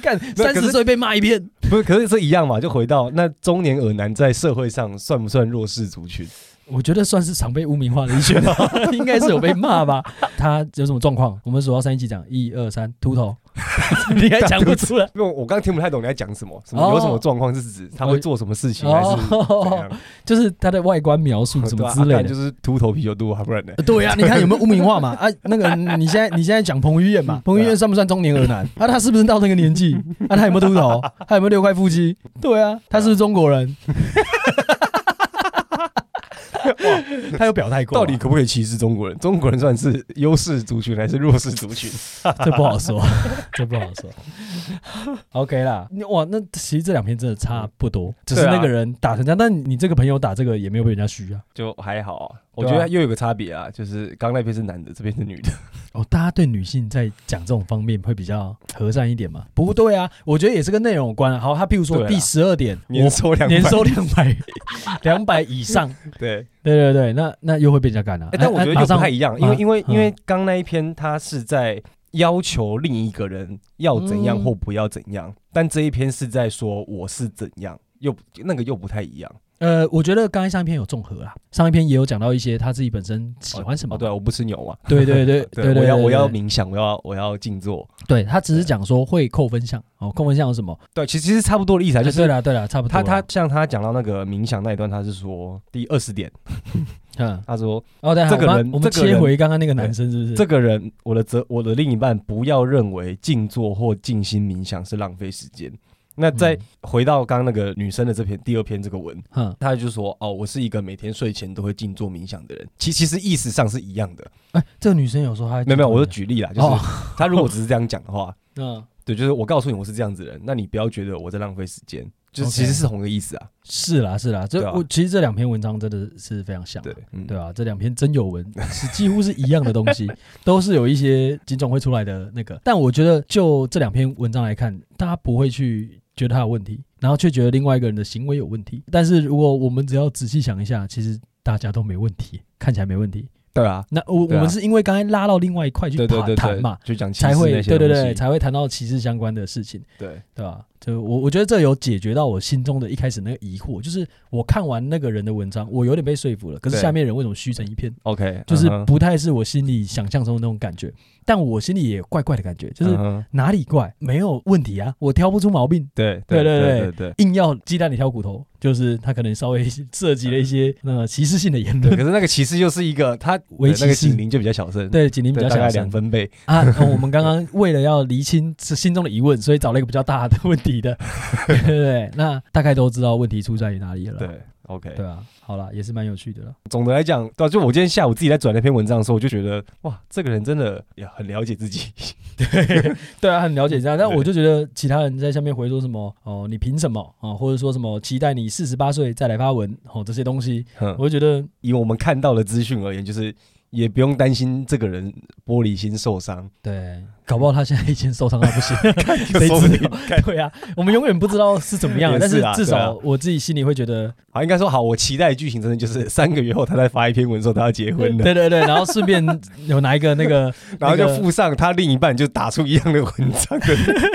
Speaker 1: 看
Speaker 2: 没有
Speaker 1: 三
Speaker 2: 可是
Speaker 1: 十岁被骂一遍？
Speaker 2: 不是，可是这一样嘛，就回到那中年耳男在社会上算不算弱势族群？
Speaker 1: 我觉得算是常被污名化的一群吧， 应该是有被骂吧。他有什么状况？我们数到三一起讲，一二三，秃头， 你还讲不出来。
Speaker 2: 因为我我刚听不太懂你在讲什么，什
Speaker 1: 哦
Speaker 2: 么有什么状况是指他会做什么事情，还是怎
Speaker 1: 哦
Speaker 2: 样，？
Speaker 1: 就是他的外观描述什
Speaker 2: 对
Speaker 1: 么
Speaker 2: 啊
Speaker 1: 之
Speaker 2: 啊
Speaker 1: 类
Speaker 2: 干
Speaker 1: 的
Speaker 2: 就。是秃头啤酒肚，还不然呢？
Speaker 1: 对啊呀、你看有没有污名化嘛？啊，那个嗯你现在你现在讲彭于晏嘛？彭于晏算不算中年儿男？啊，他是不是到那个年纪？啊，他有没有秃头？他有没有六块腹肌？对啊，他是不是中国人？他有表态过啊，
Speaker 2: 到底可不可以歧视中国人？ 中国人算是优势族群还是弱势族群？
Speaker 1: 这不好 说，这不好说。OK 啦，哇，那其实这两篇真的差不多，只是
Speaker 2: 对啊
Speaker 1: 那个人打成这样，但你这个朋友打这个也没有被人家虚啊。
Speaker 2: 就还好啊，我
Speaker 1: 对啊
Speaker 2: 觉得又有个差别啊，就是刚那边是男的，这边是女的。
Speaker 1: 哦，大家对女性在讲这种方面会比较和善一点嘛？不对啊，我觉得也是跟内容有关、啊。好，他譬如说
Speaker 2: 对啊
Speaker 1: 第十二点，
Speaker 2: 年
Speaker 1: 我
Speaker 2: 收两
Speaker 1: 年
Speaker 2: 百
Speaker 1: 收两百 两百以上，
Speaker 2: 对，
Speaker 1: 对对对，那那又会被人家干啊。
Speaker 2: 哎但我
Speaker 1: 哎
Speaker 2: 觉得
Speaker 1: 哎马
Speaker 2: 就不
Speaker 1: 上
Speaker 2: 太一样，因为
Speaker 1: 啊
Speaker 2: 因为
Speaker 1: 嗯
Speaker 2: 因为刚那一篇他是在要求另一个人要怎样
Speaker 1: 嗯
Speaker 2: 或不要怎样，但这一篇是在说我是怎样，又那个又不太一样。
Speaker 1: 呃，我觉得刚才上一篇有综合啦，啊上一篇也有讲到一些他自己本身喜欢什么。
Speaker 2: 哦，对啊，我不吃牛啊，
Speaker 1: 对对 对对对，
Speaker 2: 我要我要
Speaker 1: 对
Speaker 2: 冥想，我要我要静坐。
Speaker 1: 对他只是讲说会扣分项哦，扣分项有什么？
Speaker 2: 对，其实其实差不多的意思啊，
Speaker 1: 哎
Speaker 2: 就
Speaker 1: 对
Speaker 2: 是
Speaker 1: 啦对啦，差不多
Speaker 2: 他
Speaker 1: 啦。
Speaker 2: 他像他讲到那个冥想那一段，他是说第二十点，
Speaker 1: 嗯，
Speaker 2: 他说
Speaker 1: 哦对啊，
Speaker 2: 这个
Speaker 1: 我们
Speaker 2: 人
Speaker 1: 我们
Speaker 2: 这个人
Speaker 1: 切回刚刚那个男生是不是？
Speaker 2: 这个人我的责我的另一半不要认为静坐或静心冥想是浪费时间。那再
Speaker 1: 嗯
Speaker 2: 回到刚刚那个女生的这篇第二篇这个文，
Speaker 1: 嗯，
Speaker 2: 他就说：“哦，我是一个每天睡前都会静坐冥想的人。其”其实意思上是一样的，
Speaker 1: 哎，这个女生有说她
Speaker 2: 没有没有，我就举例啦，就是、
Speaker 1: 哦
Speaker 2: 他如果只是这样讲的话，
Speaker 1: 嗯。
Speaker 2: 对，就是我告诉你我是这样子的人，那你不要觉得我在浪费时间，就是
Speaker 1: OK
Speaker 2: 其实是同一个意思啊。
Speaker 1: 是啦，是啦，这
Speaker 2: 对啊
Speaker 1: 我其实这两篇文章真的是非常像啊，
Speaker 2: 对，嗯，
Speaker 1: 对啊，这两篇真有文是几乎是一样的东西， 都是有一些警总会出来的那个。但我觉得就这两篇文章来看，大家不会去觉得他有问题，然后却觉得另外一个人的行为有问题。但是如果我们只要仔细想一下，其实大家都没问题，看起来没问题。
Speaker 2: 对啊，
Speaker 1: 那我、我
Speaker 2: 对啊
Speaker 1: 们是因为刚才拉到另外一块去
Speaker 2: 对对
Speaker 1: 谈
Speaker 2: 对
Speaker 1: 谈
Speaker 2: 对
Speaker 1: 嘛，，
Speaker 2: 就讲歧视
Speaker 1: 才会
Speaker 2: 那些
Speaker 1: 对对
Speaker 2: 东
Speaker 1: 对
Speaker 2: 西
Speaker 1: 才会谈到歧视相关的事情。
Speaker 2: 对
Speaker 1: 对吧、就我我觉得这有解决到我心中的一开始那个疑惑，就是我看完那个人的文章，我有点被说服了。可是
Speaker 2: 对
Speaker 1: 下面人为什么虚成一片？
Speaker 2: ，OK，
Speaker 1: 就是
Speaker 2: 嗯哼
Speaker 1: 不太是我心里想象中的那种感觉，但我心里也怪怪的感觉，就是
Speaker 2: 嗯哼
Speaker 1: 哪里怪没有问题啊，我挑不出毛病。
Speaker 2: 对
Speaker 1: 对对
Speaker 2: 对
Speaker 1: 对
Speaker 2: 对对。
Speaker 1: 硬要鸡蛋里挑骨头，就是他可能稍微 涉及了一些呃歧视性的言
Speaker 2: 对，可
Speaker 1: 论，
Speaker 2: 是那个歧视又是一个他
Speaker 1: 微
Speaker 2: 对那个
Speaker 1: 歧视
Speaker 2: 警铃就比较小声，
Speaker 1: 对，警铃比
Speaker 2: 对，
Speaker 1: 较
Speaker 2: 大
Speaker 1: 小
Speaker 2: 概
Speaker 1: 声
Speaker 2: 两分贝，
Speaker 1: 啊。呃我们刚刚为了要厘清这心中的疑问，所以找了一个比较大的问题 的，对对对，那大概都知道问题出在于哪里了啦。
Speaker 2: 对，OK，
Speaker 1: 对啊，好啦，也是蛮有趣的了。
Speaker 2: 总的来讲，对啊、就我今天下午自己在转那篇文章的时候，我就觉得哇，这个人真的也很了解自己。
Speaker 1: 对啊，很了解这样，但
Speaker 2: 对
Speaker 1: 我就觉得其他人在下面回说什么哦，你凭什么啊、哦或者说什么期待你四十八岁再来发文哦，这些东西，
Speaker 2: 嗯
Speaker 1: 我就觉得
Speaker 2: 以我们看到的资讯而言，就是也不用担心这个人玻璃心受伤，
Speaker 1: 对，搞不好他现在已经受伤到不 行，谁
Speaker 2: 说不
Speaker 1: 知
Speaker 2: 定
Speaker 1: 道？对啊，我们永远不知道是怎么样的，
Speaker 2: 也
Speaker 1: 但
Speaker 2: 是啊
Speaker 1: 至
Speaker 2: 对啊
Speaker 1: 少我自己心里会觉得，
Speaker 2: 好，应该说好，我期待的剧情真 的就是三个月后他再发一篇文说他要结婚了，
Speaker 1: 对对对，然后顺便有拿一个那 个，
Speaker 2: 然后就
Speaker 1: 那个
Speaker 2: 附上他另一半就打出一样的文章 的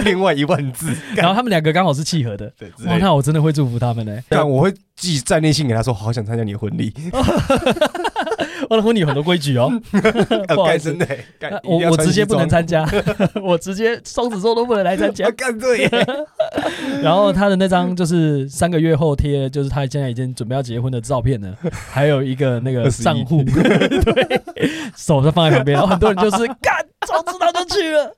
Speaker 2: 另外一万字，
Speaker 1: 然后他们两个刚好是契合的，
Speaker 2: 对，之
Speaker 1: 哇，
Speaker 2: 类的
Speaker 1: 那我真的会祝福他们欸 呢、
Speaker 2: 但我会寄站内信给他说，好想参加你的婚礼，
Speaker 1: 我的婚礼有很多规矩 哦，不好
Speaker 2: 干
Speaker 1: 意思
Speaker 2: 真的欸，干
Speaker 1: 那
Speaker 2: 一定要
Speaker 1: 我我
Speaker 2: 穿
Speaker 1: 直接
Speaker 2: 西
Speaker 1: 不能
Speaker 2: 装
Speaker 1: 参 加，我直接双子座都不能来参加
Speaker 2: 啊，。干对耶，
Speaker 1: 然后他的那张就是三个月后贴，就是他现在已经准备要结婚的照片呢，还有一个那个
Speaker 2: 21
Speaker 1: 账 户，对，手就放在旁边，然后很多人就是 干，早知道就去了。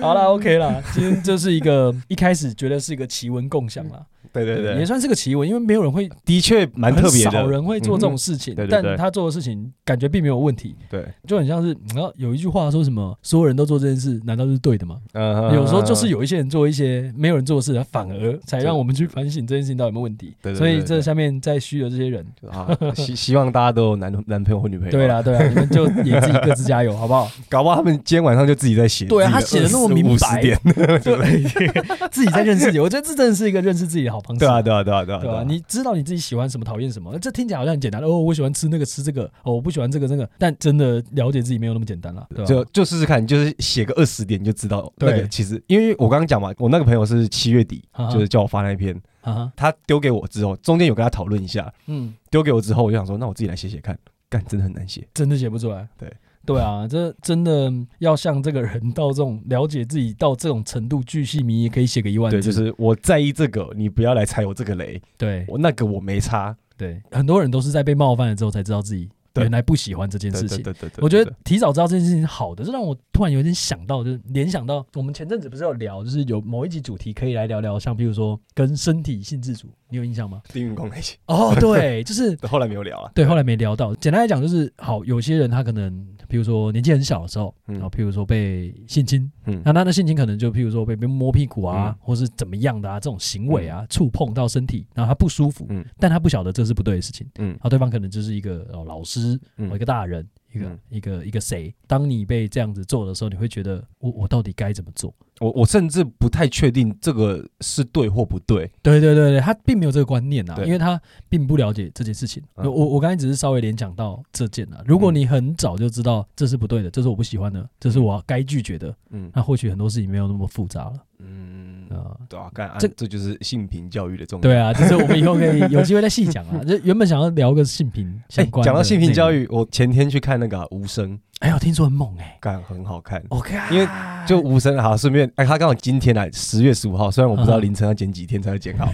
Speaker 1: 好啦 o、k 啦，今天就是一个一开始觉得是一个奇闻共享啦，
Speaker 2: 对对
Speaker 1: 也
Speaker 2: 对，
Speaker 1: 算是个奇闻，因为没有人会，
Speaker 2: 的确蛮特别
Speaker 1: 很少
Speaker 2: 的，
Speaker 1: 人会做这种事情，
Speaker 2: 嗯对对对
Speaker 1: 但他做的事情感觉并没有问题，
Speaker 2: 对，
Speaker 1: 就很像是你知道有一句话说什么，所有人都做这件事，难道是对的吗？
Speaker 2: 嗯
Speaker 1: 有时候就是，有一些人做一些没有人做的事，反而才让我们去反省这件事情到底有没有问题。
Speaker 2: 对对对
Speaker 1: 所以
Speaker 2: 对
Speaker 1: 这
Speaker 2: 对
Speaker 1: 下面在虚的这些人，
Speaker 2: 啊希希望大家都有男男朋友或女朋友，
Speaker 1: 对，啊啦对啦，你们就也自己各自加油，好不 好？
Speaker 2: 搞不好他们今天晚上就自己在写，
Speaker 1: 对啊他写得那么明白
Speaker 2: 50点，
Speaker 1: 对， 自己在认识自己，我觉得这真的是一个认识自己的好方式。
Speaker 2: 对啊，对啊，对啊，对啊，
Speaker 1: 对吧？
Speaker 2: 啊
Speaker 1: 你知道你自己喜欢什么，讨厌什么，这听起来好像很简单。哦，我喜欢吃那个，吃这个；哦，我不喜欢这个，这个。但真的了解自己没有那么简单了，对吧？啊
Speaker 2: 就就试试看，就是写个二十点你就知道。那
Speaker 1: 对
Speaker 2: 个其实，因为我刚刚讲嘛，我那个朋友是七月底
Speaker 1: 啊哈，
Speaker 2: 就是叫我发那一篇，
Speaker 1: 啊哈，
Speaker 2: 他丢给我之后，中间有跟他讨论一下，
Speaker 1: 嗯，
Speaker 2: 丢给我之后，我就想说，那我自己来写写看，干真的很难写。
Speaker 1: 真的写不出来。
Speaker 2: 对。
Speaker 1: 对啊，这真的要像这个人到这种了解自己到这种程度，巨细靡遗可以写个一万字。
Speaker 2: 对，就是我在意这个，你不要来踩我这个雷，
Speaker 1: 对，
Speaker 2: 我那个我没差。
Speaker 1: 对，很多人都是在被冒犯了之后才知道自己
Speaker 2: 对
Speaker 1: 原来不喜欢这件
Speaker 2: 对
Speaker 1: 事
Speaker 2: 对
Speaker 1: 情。
Speaker 2: 对对对，
Speaker 1: 我觉得
Speaker 2: 对
Speaker 1: 提早知道这件事情是好的，这让我突然有点想到，就是联想到我们前阵子不是有聊，就是有某一集主题可以来聊聊，像比如说跟身体性自主，你有印象 吗？
Speaker 2: 丁云光那一起，
Speaker 1: 哦，对，就是
Speaker 2: 后来没有聊了。
Speaker 1: 对，后来没聊到。简单来讲，就是好，有些人他可能，比如说年纪很小的时候，
Speaker 2: 嗯
Speaker 1: 然后譬如说被性侵，
Speaker 2: 嗯
Speaker 1: 那那那性侵可能就譬如说被被摸屁股啊，
Speaker 2: 嗯
Speaker 1: 或是怎么样的啊，这种行为啊，触碰到身体，然后他不舒服，
Speaker 2: 嗯
Speaker 1: 但他不晓得这是不对的事情，
Speaker 2: 嗯
Speaker 1: 然后对方可能就是一个哦老师，
Speaker 2: 嗯
Speaker 1: 哦一个大人。一个、
Speaker 2: 嗯
Speaker 1: 一个一个谁？当你被这样子做的时候，你会觉得我我到底该怎么做？
Speaker 2: 我我甚至不太确定这个是对或不对。
Speaker 1: 对对对对，他并没有这个观念啊，
Speaker 2: 对
Speaker 1: 因为他并不了解这件事情。
Speaker 2: 嗯
Speaker 1: 我我刚才只是稍微联想到这件啊，如果你很早就知道这是不对的，这是我不喜欢的，这是我该拒绝的，
Speaker 2: 嗯
Speaker 1: 那或许很多事情没有那么复杂了
Speaker 2: 嗯，
Speaker 1: 啊。
Speaker 2: 对啊，干啊
Speaker 1: 这
Speaker 2: 这就是性平教育的重点。
Speaker 1: 对啊，就是我们以后可以有机会再细讲 啊。就原本想要聊个性平相
Speaker 2: 哎，
Speaker 1: 关，
Speaker 2: 讲到性平教，育，我前天去看那个啊无声，
Speaker 1: 哎呦，听说很猛哎、
Speaker 2: 干很好看。
Speaker 1: 我看
Speaker 2: 因为就
Speaker 1: 啊
Speaker 2: 无声好，顺便哎，他刚好今天来十月十五号，虽然我不知道
Speaker 1: 嗯
Speaker 2: 凌晨要剪几天才会剪好。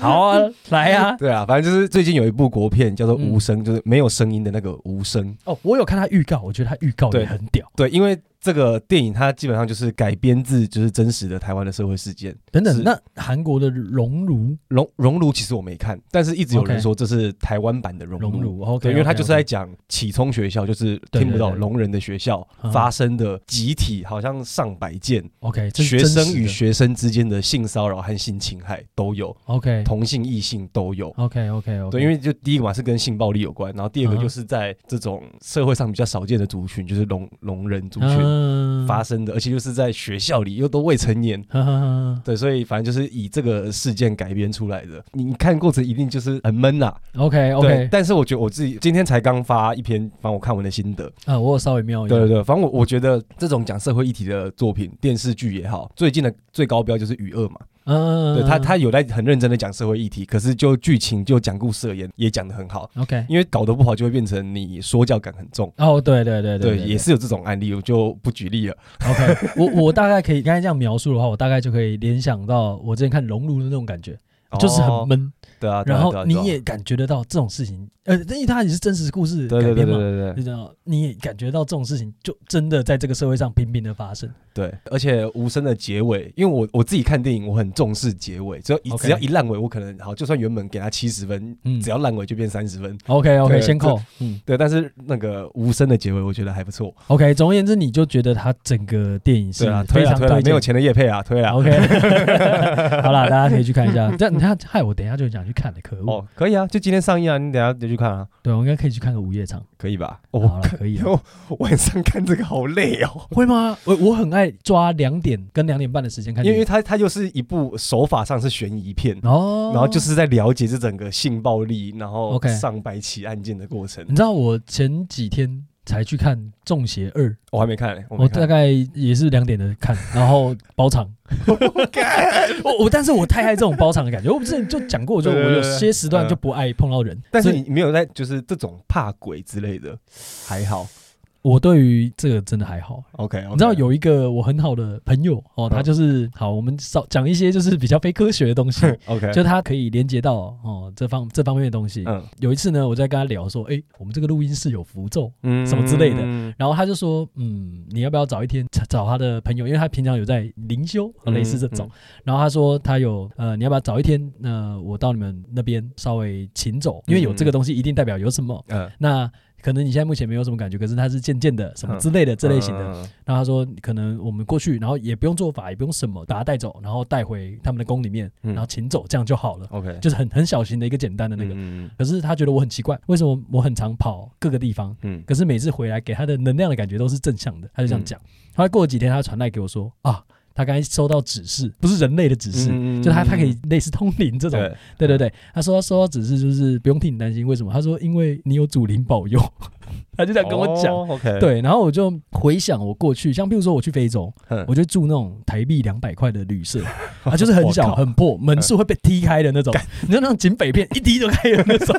Speaker 1: 好啊，来啊。
Speaker 2: 对啊，反正就是最近有一部国片叫做《
Speaker 1: 嗯
Speaker 2: 无声》，就是没有声音的那个无声。
Speaker 1: 哦，我有看他预告，我觉得他预告也
Speaker 2: 对
Speaker 1: 很屌。
Speaker 2: 对，因为这个电影它基本上就是改编自就是真实的台湾的社会事件。
Speaker 1: 等等，
Speaker 2: 是
Speaker 1: 那韩国的熔炉，
Speaker 2: 熔熔炉其实我没看，但是一直有
Speaker 1: OK
Speaker 2: 人说这是台湾版的熔
Speaker 1: 熔
Speaker 2: 炉。
Speaker 1: 炉，OK，哦
Speaker 2: 对，因为他就是在
Speaker 1: OK，OK
Speaker 2: 讲启聪学校，就是
Speaker 1: 对
Speaker 2: 听不到
Speaker 1: 对对
Speaker 2: 聋人的学校
Speaker 1: 嗯
Speaker 2: 发生的集体，好像上百件
Speaker 1: OK，这是
Speaker 2: 学
Speaker 1: 真实
Speaker 2: 生与
Speaker 1: 的
Speaker 2: 学生之间的性骚扰和性侵害都有，
Speaker 1: OK
Speaker 2: 同性异性都有。
Speaker 1: OK OK OK，
Speaker 2: 对，因为就第一个嘛是跟性暴力有关，然后第二个
Speaker 1: 嗯哼
Speaker 2: 就是在这种社会上比较少见的族群，就是聋聋人族群
Speaker 1: 嗯
Speaker 2: 发生的，而且就是在学校里又都未成年，
Speaker 1: 哈哈哈
Speaker 2: 对，所以反正就是以这个事件改编出来的。你看过程一定就是很闷呐、
Speaker 1: OK
Speaker 2: 对
Speaker 1: OK，。
Speaker 2: 但是我觉得我自己今天才刚发一篇，反正我看完的心得。
Speaker 1: 啊，我有稍微瞄一下
Speaker 2: 对对，对，反正我我觉得这种讲社会议题的作品，电视剧也好，最近的最高标就是《与恶》嘛。
Speaker 1: 嗯，
Speaker 2: 对他，他有在很认真的讲社会议题，可是就剧情就讲故事而言，也讲得很好。
Speaker 1: 嗯 OK，
Speaker 2: 因为搞得不好，就会变成你说教感很重。
Speaker 1: 哦，对对对
Speaker 2: 对，
Speaker 1: 对，
Speaker 2: 也是有这种案例，我就不举例了。
Speaker 1: OK。我我大概可以刚才这样描述的话，我大概就可以联想到我之前看《熔炉》的那种感觉，就是
Speaker 2: 哦
Speaker 1: 很闷，
Speaker 2: 对啊，对
Speaker 1: 然
Speaker 2: 啊对啊
Speaker 1: 后
Speaker 2: 对啊
Speaker 1: 你也感觉得到这种事情，呃，因为它也是真实故事
Speaker 2: 对
Speaker 1: 改
Speaker 2: 对对
Speaker 1: 编
Speaker 2: 对
Speaker 1: 嘛。
Speaker 2: 对
Speaker 1: 就
Speaker 2: 对
Speaker 1: 这样，你也感觉到这种事情就真的在这个社会上频频的发生。
Speaker 2: 对，而且无声的结尾，因为我我自己看电影，我很重视结尾，只要一
Speaker 1: OK
Speaker 2: 只要一烂尾，我可能好，就算原本给他七十分，
Speaker 1: 嗯
Speaker 2: 只要烂尾就变三十分。
Speaker 1: OK OK，
Speaker 2: 对
Speaker 1: 先
Speaker 2: 这
Speaker 1: 扣，嗯
Speaker 2: 对，但是那个无声的结尾，我觉得还不错。
Speaker 1: ，OK。总而言之，你就觉得它整个电影是
Speaker 2: 对啊，推
Speaker 1: 非
Speaker 2: 啦
Speaker 1: 常
Speaker 2: 推啦，
Speaker 1: 推
Speaker 2: 没
Speaker 1: 荐
Speaker 2: 有钱的叶配啊，推啦。
Speaker 1: OK，好啦，大家可以去看一下。这样你看，害我等一下就讲想去看的，可恶。
Speaker 2: 哦，可以啊，就今天上映啊，你等一下就去看啊，
Speaker 1: 对，我应该可以去看个午夜场。
Speaker 2: 可以吧？
Speaker 1: 好
Speaker 2: 哦，
Speaker 1: 了，可以了。
Speaker 2: 我晚上看这个好累哦，
Speaker 1: 会吗？我我很爱抓两点跟两点半的时间看
Speaker 2: 因
Speaker 1: 电影，
Speaker 2: 为它它又是一部手法上是悬疑片，
Speaker 1: 哦，
Speaker 2: 然后就是在了解这整个性暴力，然后
Speaker 1: OK 嗯
Speaker 2: 上百起案件的过程。
Speaker 1: 你知道我前几天才去看《中邪二》，
Speaker 2: 我还没看欸嘞，我
Speaker 1: 我
Speaker 2: 没
Speaker 1: 大
Speaker 2: 看。
Speaker 1: 概也是两点的 看，然后包场。 我我，但是我太爱这种包场的感觉。我之前就讲过，就我
Speaker 2: 对对对
Speaker 1: 有些时段就不爱碰到人，
Speaker 2: 但是
Speaker 1: 所以
Speaker 2: 你没有在就是这种怕鬼之类的，还好。
Speaker 1: 我对于这个真的还好。
Speaker 2: OK，, o k
Speaker 1: 你知道有一个我很好的朋友哦，他
Speaker 2: 嗯
Speaker 1: 就是好，我们少讲一些就是比较非科学的 东西，
Speaker 2: OK，
Speaker 1: 就他可以连接到哦这方这方面的东西。
Speaker 2: 嗯
Speaker 1: 有一次呢，我在跟他聊说，哎，我们这个录音室有符咒，
Speaker 2: 嗯
Speaker 1: 什么之类的
Speaker 2: 嗯
Speaker 1: 然后他就说，嗯，你要不要找一天找找他的朋友，因为他平常有在灵修，呃
Speaker 2: 嗯
Speaker 1: 类似这种。然后他说他有，呃，你要不要找一天，呃，我到你们那边稍微请走，因为有这个东西一定代表有什么。
Speaker 2: 嗯，
Speaker 1: 那可能你现在目前没有什么感觉，可是它是渐渐的什么之类的、这类型的。
Speaker 2: 嗯，
Speaker 1: 然后他说，可能我们过去，然后也不用做法，也不用什么，把它带走，然后带回他们的宫里面，
Speaker 2: 嗯
Speaker 1: 然后请走，这样就好了，
Speaker 2: OK，
Speaker 1: 就是很很小型的一个简单的那个。
Speaker 2: 嗯
Speaker 1: 可是他觉得我很奇怪，为什么我很常跑各个地方，
Speaker 2: 嗯，
Speaker 1: 可是每次回来给他的能量的感觉都是正向的，他就这样讲。
Speaker 2: 嗯
Speaker 1: 后来过了几天，他传来给我说啊，他刚才收到指示，不是人类的指示，
Speaker 2: 嗯
Speaker 1: 就他他可以类似通灵这种。对
Speaker 2: 对
Speaker 1: 对对，他说他收到指示就是不用替你担心，为什么？他说因为你有祖灵保佑， 他就这样跟我讲。
Speaker 2: 哦 OK，，
Speaker 1: 对，然后我就回想我过去，像譬如说我去非洲，
Speaker 2: 嗯
Speaker 1: 我就住那种台币两百块的旅社，啊，就是 很小很破，
Speaker 2: 嗯
Speaker 1: 门是会被踢开的那种，你知道那种警匪片一踢就开的那 种，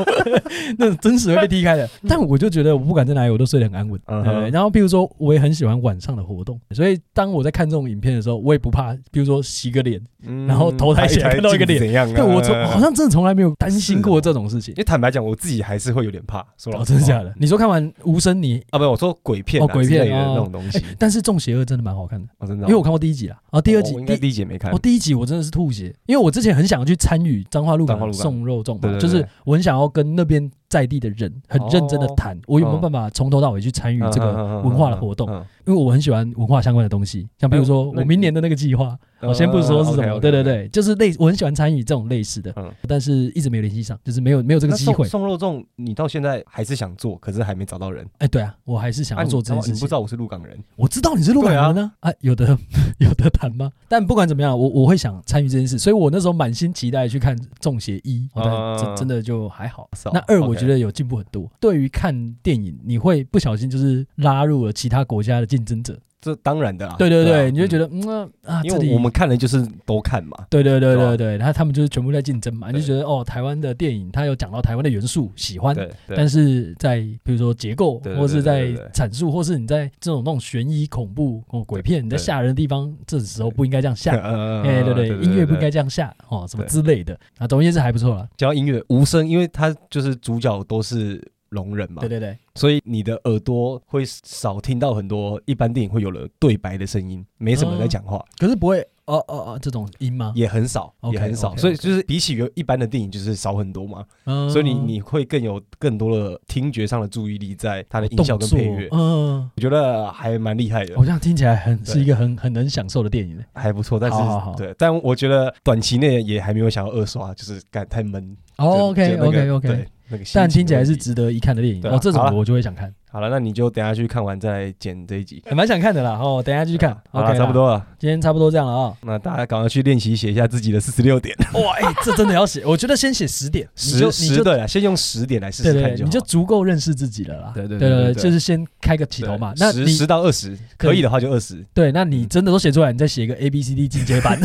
Speaker 1: 那种真实会被踢开的。但我就觉得我不管在哪里，我都睡得很安稳。
Speaker 2: 嗯
Speaker 1: 对不对
Speaker 2: 哼
Speaker 1: 然后譬如说，我也很喜欢晚上的活动，所以当我在看这种影片的时候，我也不怕，比如说洗个脸，
Speaker 2: 嗯
Speaker 1: 然后头抬起来看到一个脸
Speaker 2: 镜子怎样啊？
Speaker 1: 对我从好像真的从来没有担
Speaker 2: 是
Speaker 1: 心
Speaker 2: 哦
Speaker 1: 过这种事情
Speaker 2: 因。为坦白讲，我自己还是会有点怕，说老
Speaker 1: 哦，
Speaker 2: 实
Speaker 1: 真的
Speaker 2: 话
Speaker 1: 假的？你说看完无声你，
Speaker 2: 啊，不是我说鬼片
Speaker 1: 哦
Speaker 2: 啊
Speaker 1: 鬼片
Speaker 2: 之类的
Speaker 1: 哦
Speaker 2: 那 种东西，
Speaker 1: 但是《中邪恶》真的蛮好看的，
Speaker 2: 哦，哎真的哦，哦
Speaker 1: 因为我看过第一集啦，啊，第二集
Speaker 2: 我应
Speaker 1: 第
Speaker 2: 该第一集也没看
Speaker 1: 我，哦第一集我真的是吐血，因为我之前很想去参与彰化鹿
Speaker 2: 彰化
Speaker 1: 港
Speaker 2: 鹿港
Speaker 1: 送肉粽嘛，
Speaker 2: 对对对哦
Speaker 1: 就是我很想要跟那边在地的人很认真的谈，我
Speaker 2: 嗯
Speaker 1: 有没有办法从头到尾去参与这个文化的活动？
Speaker 2: 嗯，嗯嗯嗯
Speaker 1: 因为我很喜欢文化相关的东西，像比如说
Speaker 2: 哎那
Speaker 1: 我明年的那个计划，
Speaker 2: 嗯
Speaker 1: 我先不说是什
Speaker 2: 嗯
Speaker 1: 么，
Speaker 2: ，OK，OK，
Speaker 1: 对对对，就是类我很喜欢参与这种类似的
Speaker 2: 嗯，
Speaker 1: 但是一直没有联系上，就是没有没有这
Speaker 2: 那
Speaker 1: 个机会
Speaker 2: 送。送肉粽，你到现在还是想做，可是还没找到人。
Speaker 1: 哎，对啊，我还是想
Speaker 2: 啊
Speaker 1: 要
Speaker 2: 你
Speaker 1: 做这件
Speaker 2: 你
Speaker 1: 事
Speaker 2: 不
Speaker 1: 情
Speaker 2: 知。道我是鹿港人，
Speaker 1: 我知道你是鹿港人呢、啊，有的 有的谈吗？但不管怎么样，我我会想参与这件事，所以我那时候满心期待去看《中邪一》哦，但真
Speaker 2: 嗯
Speaker 1: 真的就还好。
Speaker 2: 是哦
Speaker 1: 那二
Speaker 2: OK
Speaker 1: 我觉得有进步很多。对于看电影，你会不小心就是拉入了其他国家的竞争者，
Speaker 2: 这当然的啦。
Speaker 1: 对对
Speaker 2: 啊
Speaker 1: 对，你就觉
Speaker 2: 嗯
Speaker 1: 得嗯啊，
Speaker 2: 因
Speaker 1: 这
Speaker 2: 为
Speaker 1: 里
Speaker 2: 我们看的就是都看嘛，
Speaker 1: 对对对
Speaker 2: 对
Speaker 1: 对
Speaker 2: 吧
Speaker 1: 对，他他们就是全部在竞争嘛，你就
Speaker 2: 对
Speaker 1: 觉得哦，台湾的电影它有讲到台湾的元素，喜欢，
Speaker 2: 对，对
Speaker 1: 但是在比如说结构，
Speaker 2: 对对
Speaker 1: 或是在
Speaker 2: 对对对
Speaker 1: 阐述，或是你在这种那种悬疑、恐怖、哦鬼片，你在
Speaker 2: 对。
Speaker 1: 吓人的地方，这时候不应该这样吓
Speaker 2: 嗯
Speaker 1: 哎，对对，音乐不应。
Speaker 2: 嗯嗯嗯
Speaker 1: 该这样下哦，什么
Speaker 2: 对
Speaker 1: 之类的啊，总而言之还不错啦。
Speaker 2: 讲到音乐无声，因为它就是主角都是聋人嘛
Speaker 1: 对，对对，
Speaker 2: 所以你的耳朵会少听到很多一般电影会有的对白的声音，没什么人在讲话，
Speaker 1: 可是不会哦哦哦这种音吗？
Speaker 2: 也很少，
Speaker 1: OK，
Speaker 2: 也很少。
Speaker 1: OK，
Speaker 2: 所以就是比起有一般的电影，就是少很多嘛。
Speaker 1: 嗯
Speaker 2: 所以你你会更有更多的听觉上的注意力在它的音效跟
Speaker 1: 动作哦
Speaker 2: 配乐，
Speaker 1: 嗯，
Speaker 2: 我觉得还蛮厉害的
Speaker 1: 好，像听起来很
Speaker 2: 对
Speaker 1: 是一个很很能享受的电影呢。
Speaker 2: 还不错。但是
Speaker 1: 好好好
Speaker 2: 对，但我觉得短期内也还没有想要二刷，就是感太闷。
Speaker 1: 哦，OK
Speaker 2: 就那个
Speaker 1: OK OK，
Speaker 2: 对，那个心情
Speaker 1: 但听起来
Speaker 2: 的
Speaker 1: 是
Speaker 2: 问题
Speaker 1: 值得一看的电影
Speaker 2: 对啊
Speaker 1: 哦，这种
Speaker 2: 好啦
Speaker 1: 我就会想 看，
Speaker 2: 好了，那你就等下去看完再剪这一集。
Speaker 1: 蛮想看的啦。哦，等一下就去看。
Speaker 2: 好了
Speaker 1: OK，
Speaker 2: 差不，多了。
Speaker 1: 今天差不多这样了啊。
Speaker 2: 那大家赶快去练习写一下自己的四十六点，
Speaker 1: 哇，哎、这真的要写，我觉得先写十点，你就
Speaker 2: 十
Speaker 1: 你
Speaker 2: 十
Speaker 1: 就
Speaker 2: 对啊了，先用十点来试
Speaker 1: 对
Speaker 2: 试
Speaker 1: 对
Speaker 2: 看
Speaker 1: 对，
Speaker 2: 就
Speaker 1: 你
Speaker 2: 好。
Speaker 1: 就足够认识自己了啦。
Speaker 2: 对对
Speaker 1: 对
Speaker 2: 对对对
Speaker 1: 就是先开个起头
Speaker 2: 对
Speaker 1: 嘛。那
Speaker 2: 十
Speaker 1: 你
Speaker 2: 十到二十，可以的话就二十。
Speaker 1: 对，那你真的都写出来，你再写一个 A B C D 进阶版。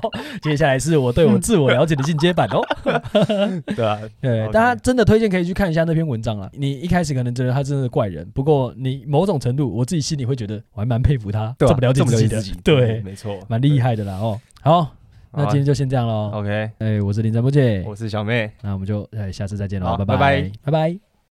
Speaker 1: 好接下来是我对我自我了解的进阶版哦。
Speaker 2: 对啊，
Speaker 1: 对，
Speaker 2: OK
Speaker 1: 大家真的推荐可以去看一下那篇文章啦。你一开始可能觉得他真的是怪人，不过你某种程度，我自己心里会觉得我还蛮佩服他
Speaker 2: 对啊
Speaker 1: 这么了解自己的，对，
Speaker 2: 没错，
Speaker 1: 蛮厉害的啦哦。好，
Speaker 2: 好啊。
Speaker 1: 那今天就先这样喽。
Speaker 2: OK，
Speaker 1: 哎，我是林晨波姐，
Speaker 2: 我是小妹。
Speaker 1: 那我们就呃下次再见喽，
Speaker 2: 好
Speaker 1: 拜
Speaker 2: 拜拜
Speaker 1: 拜拜。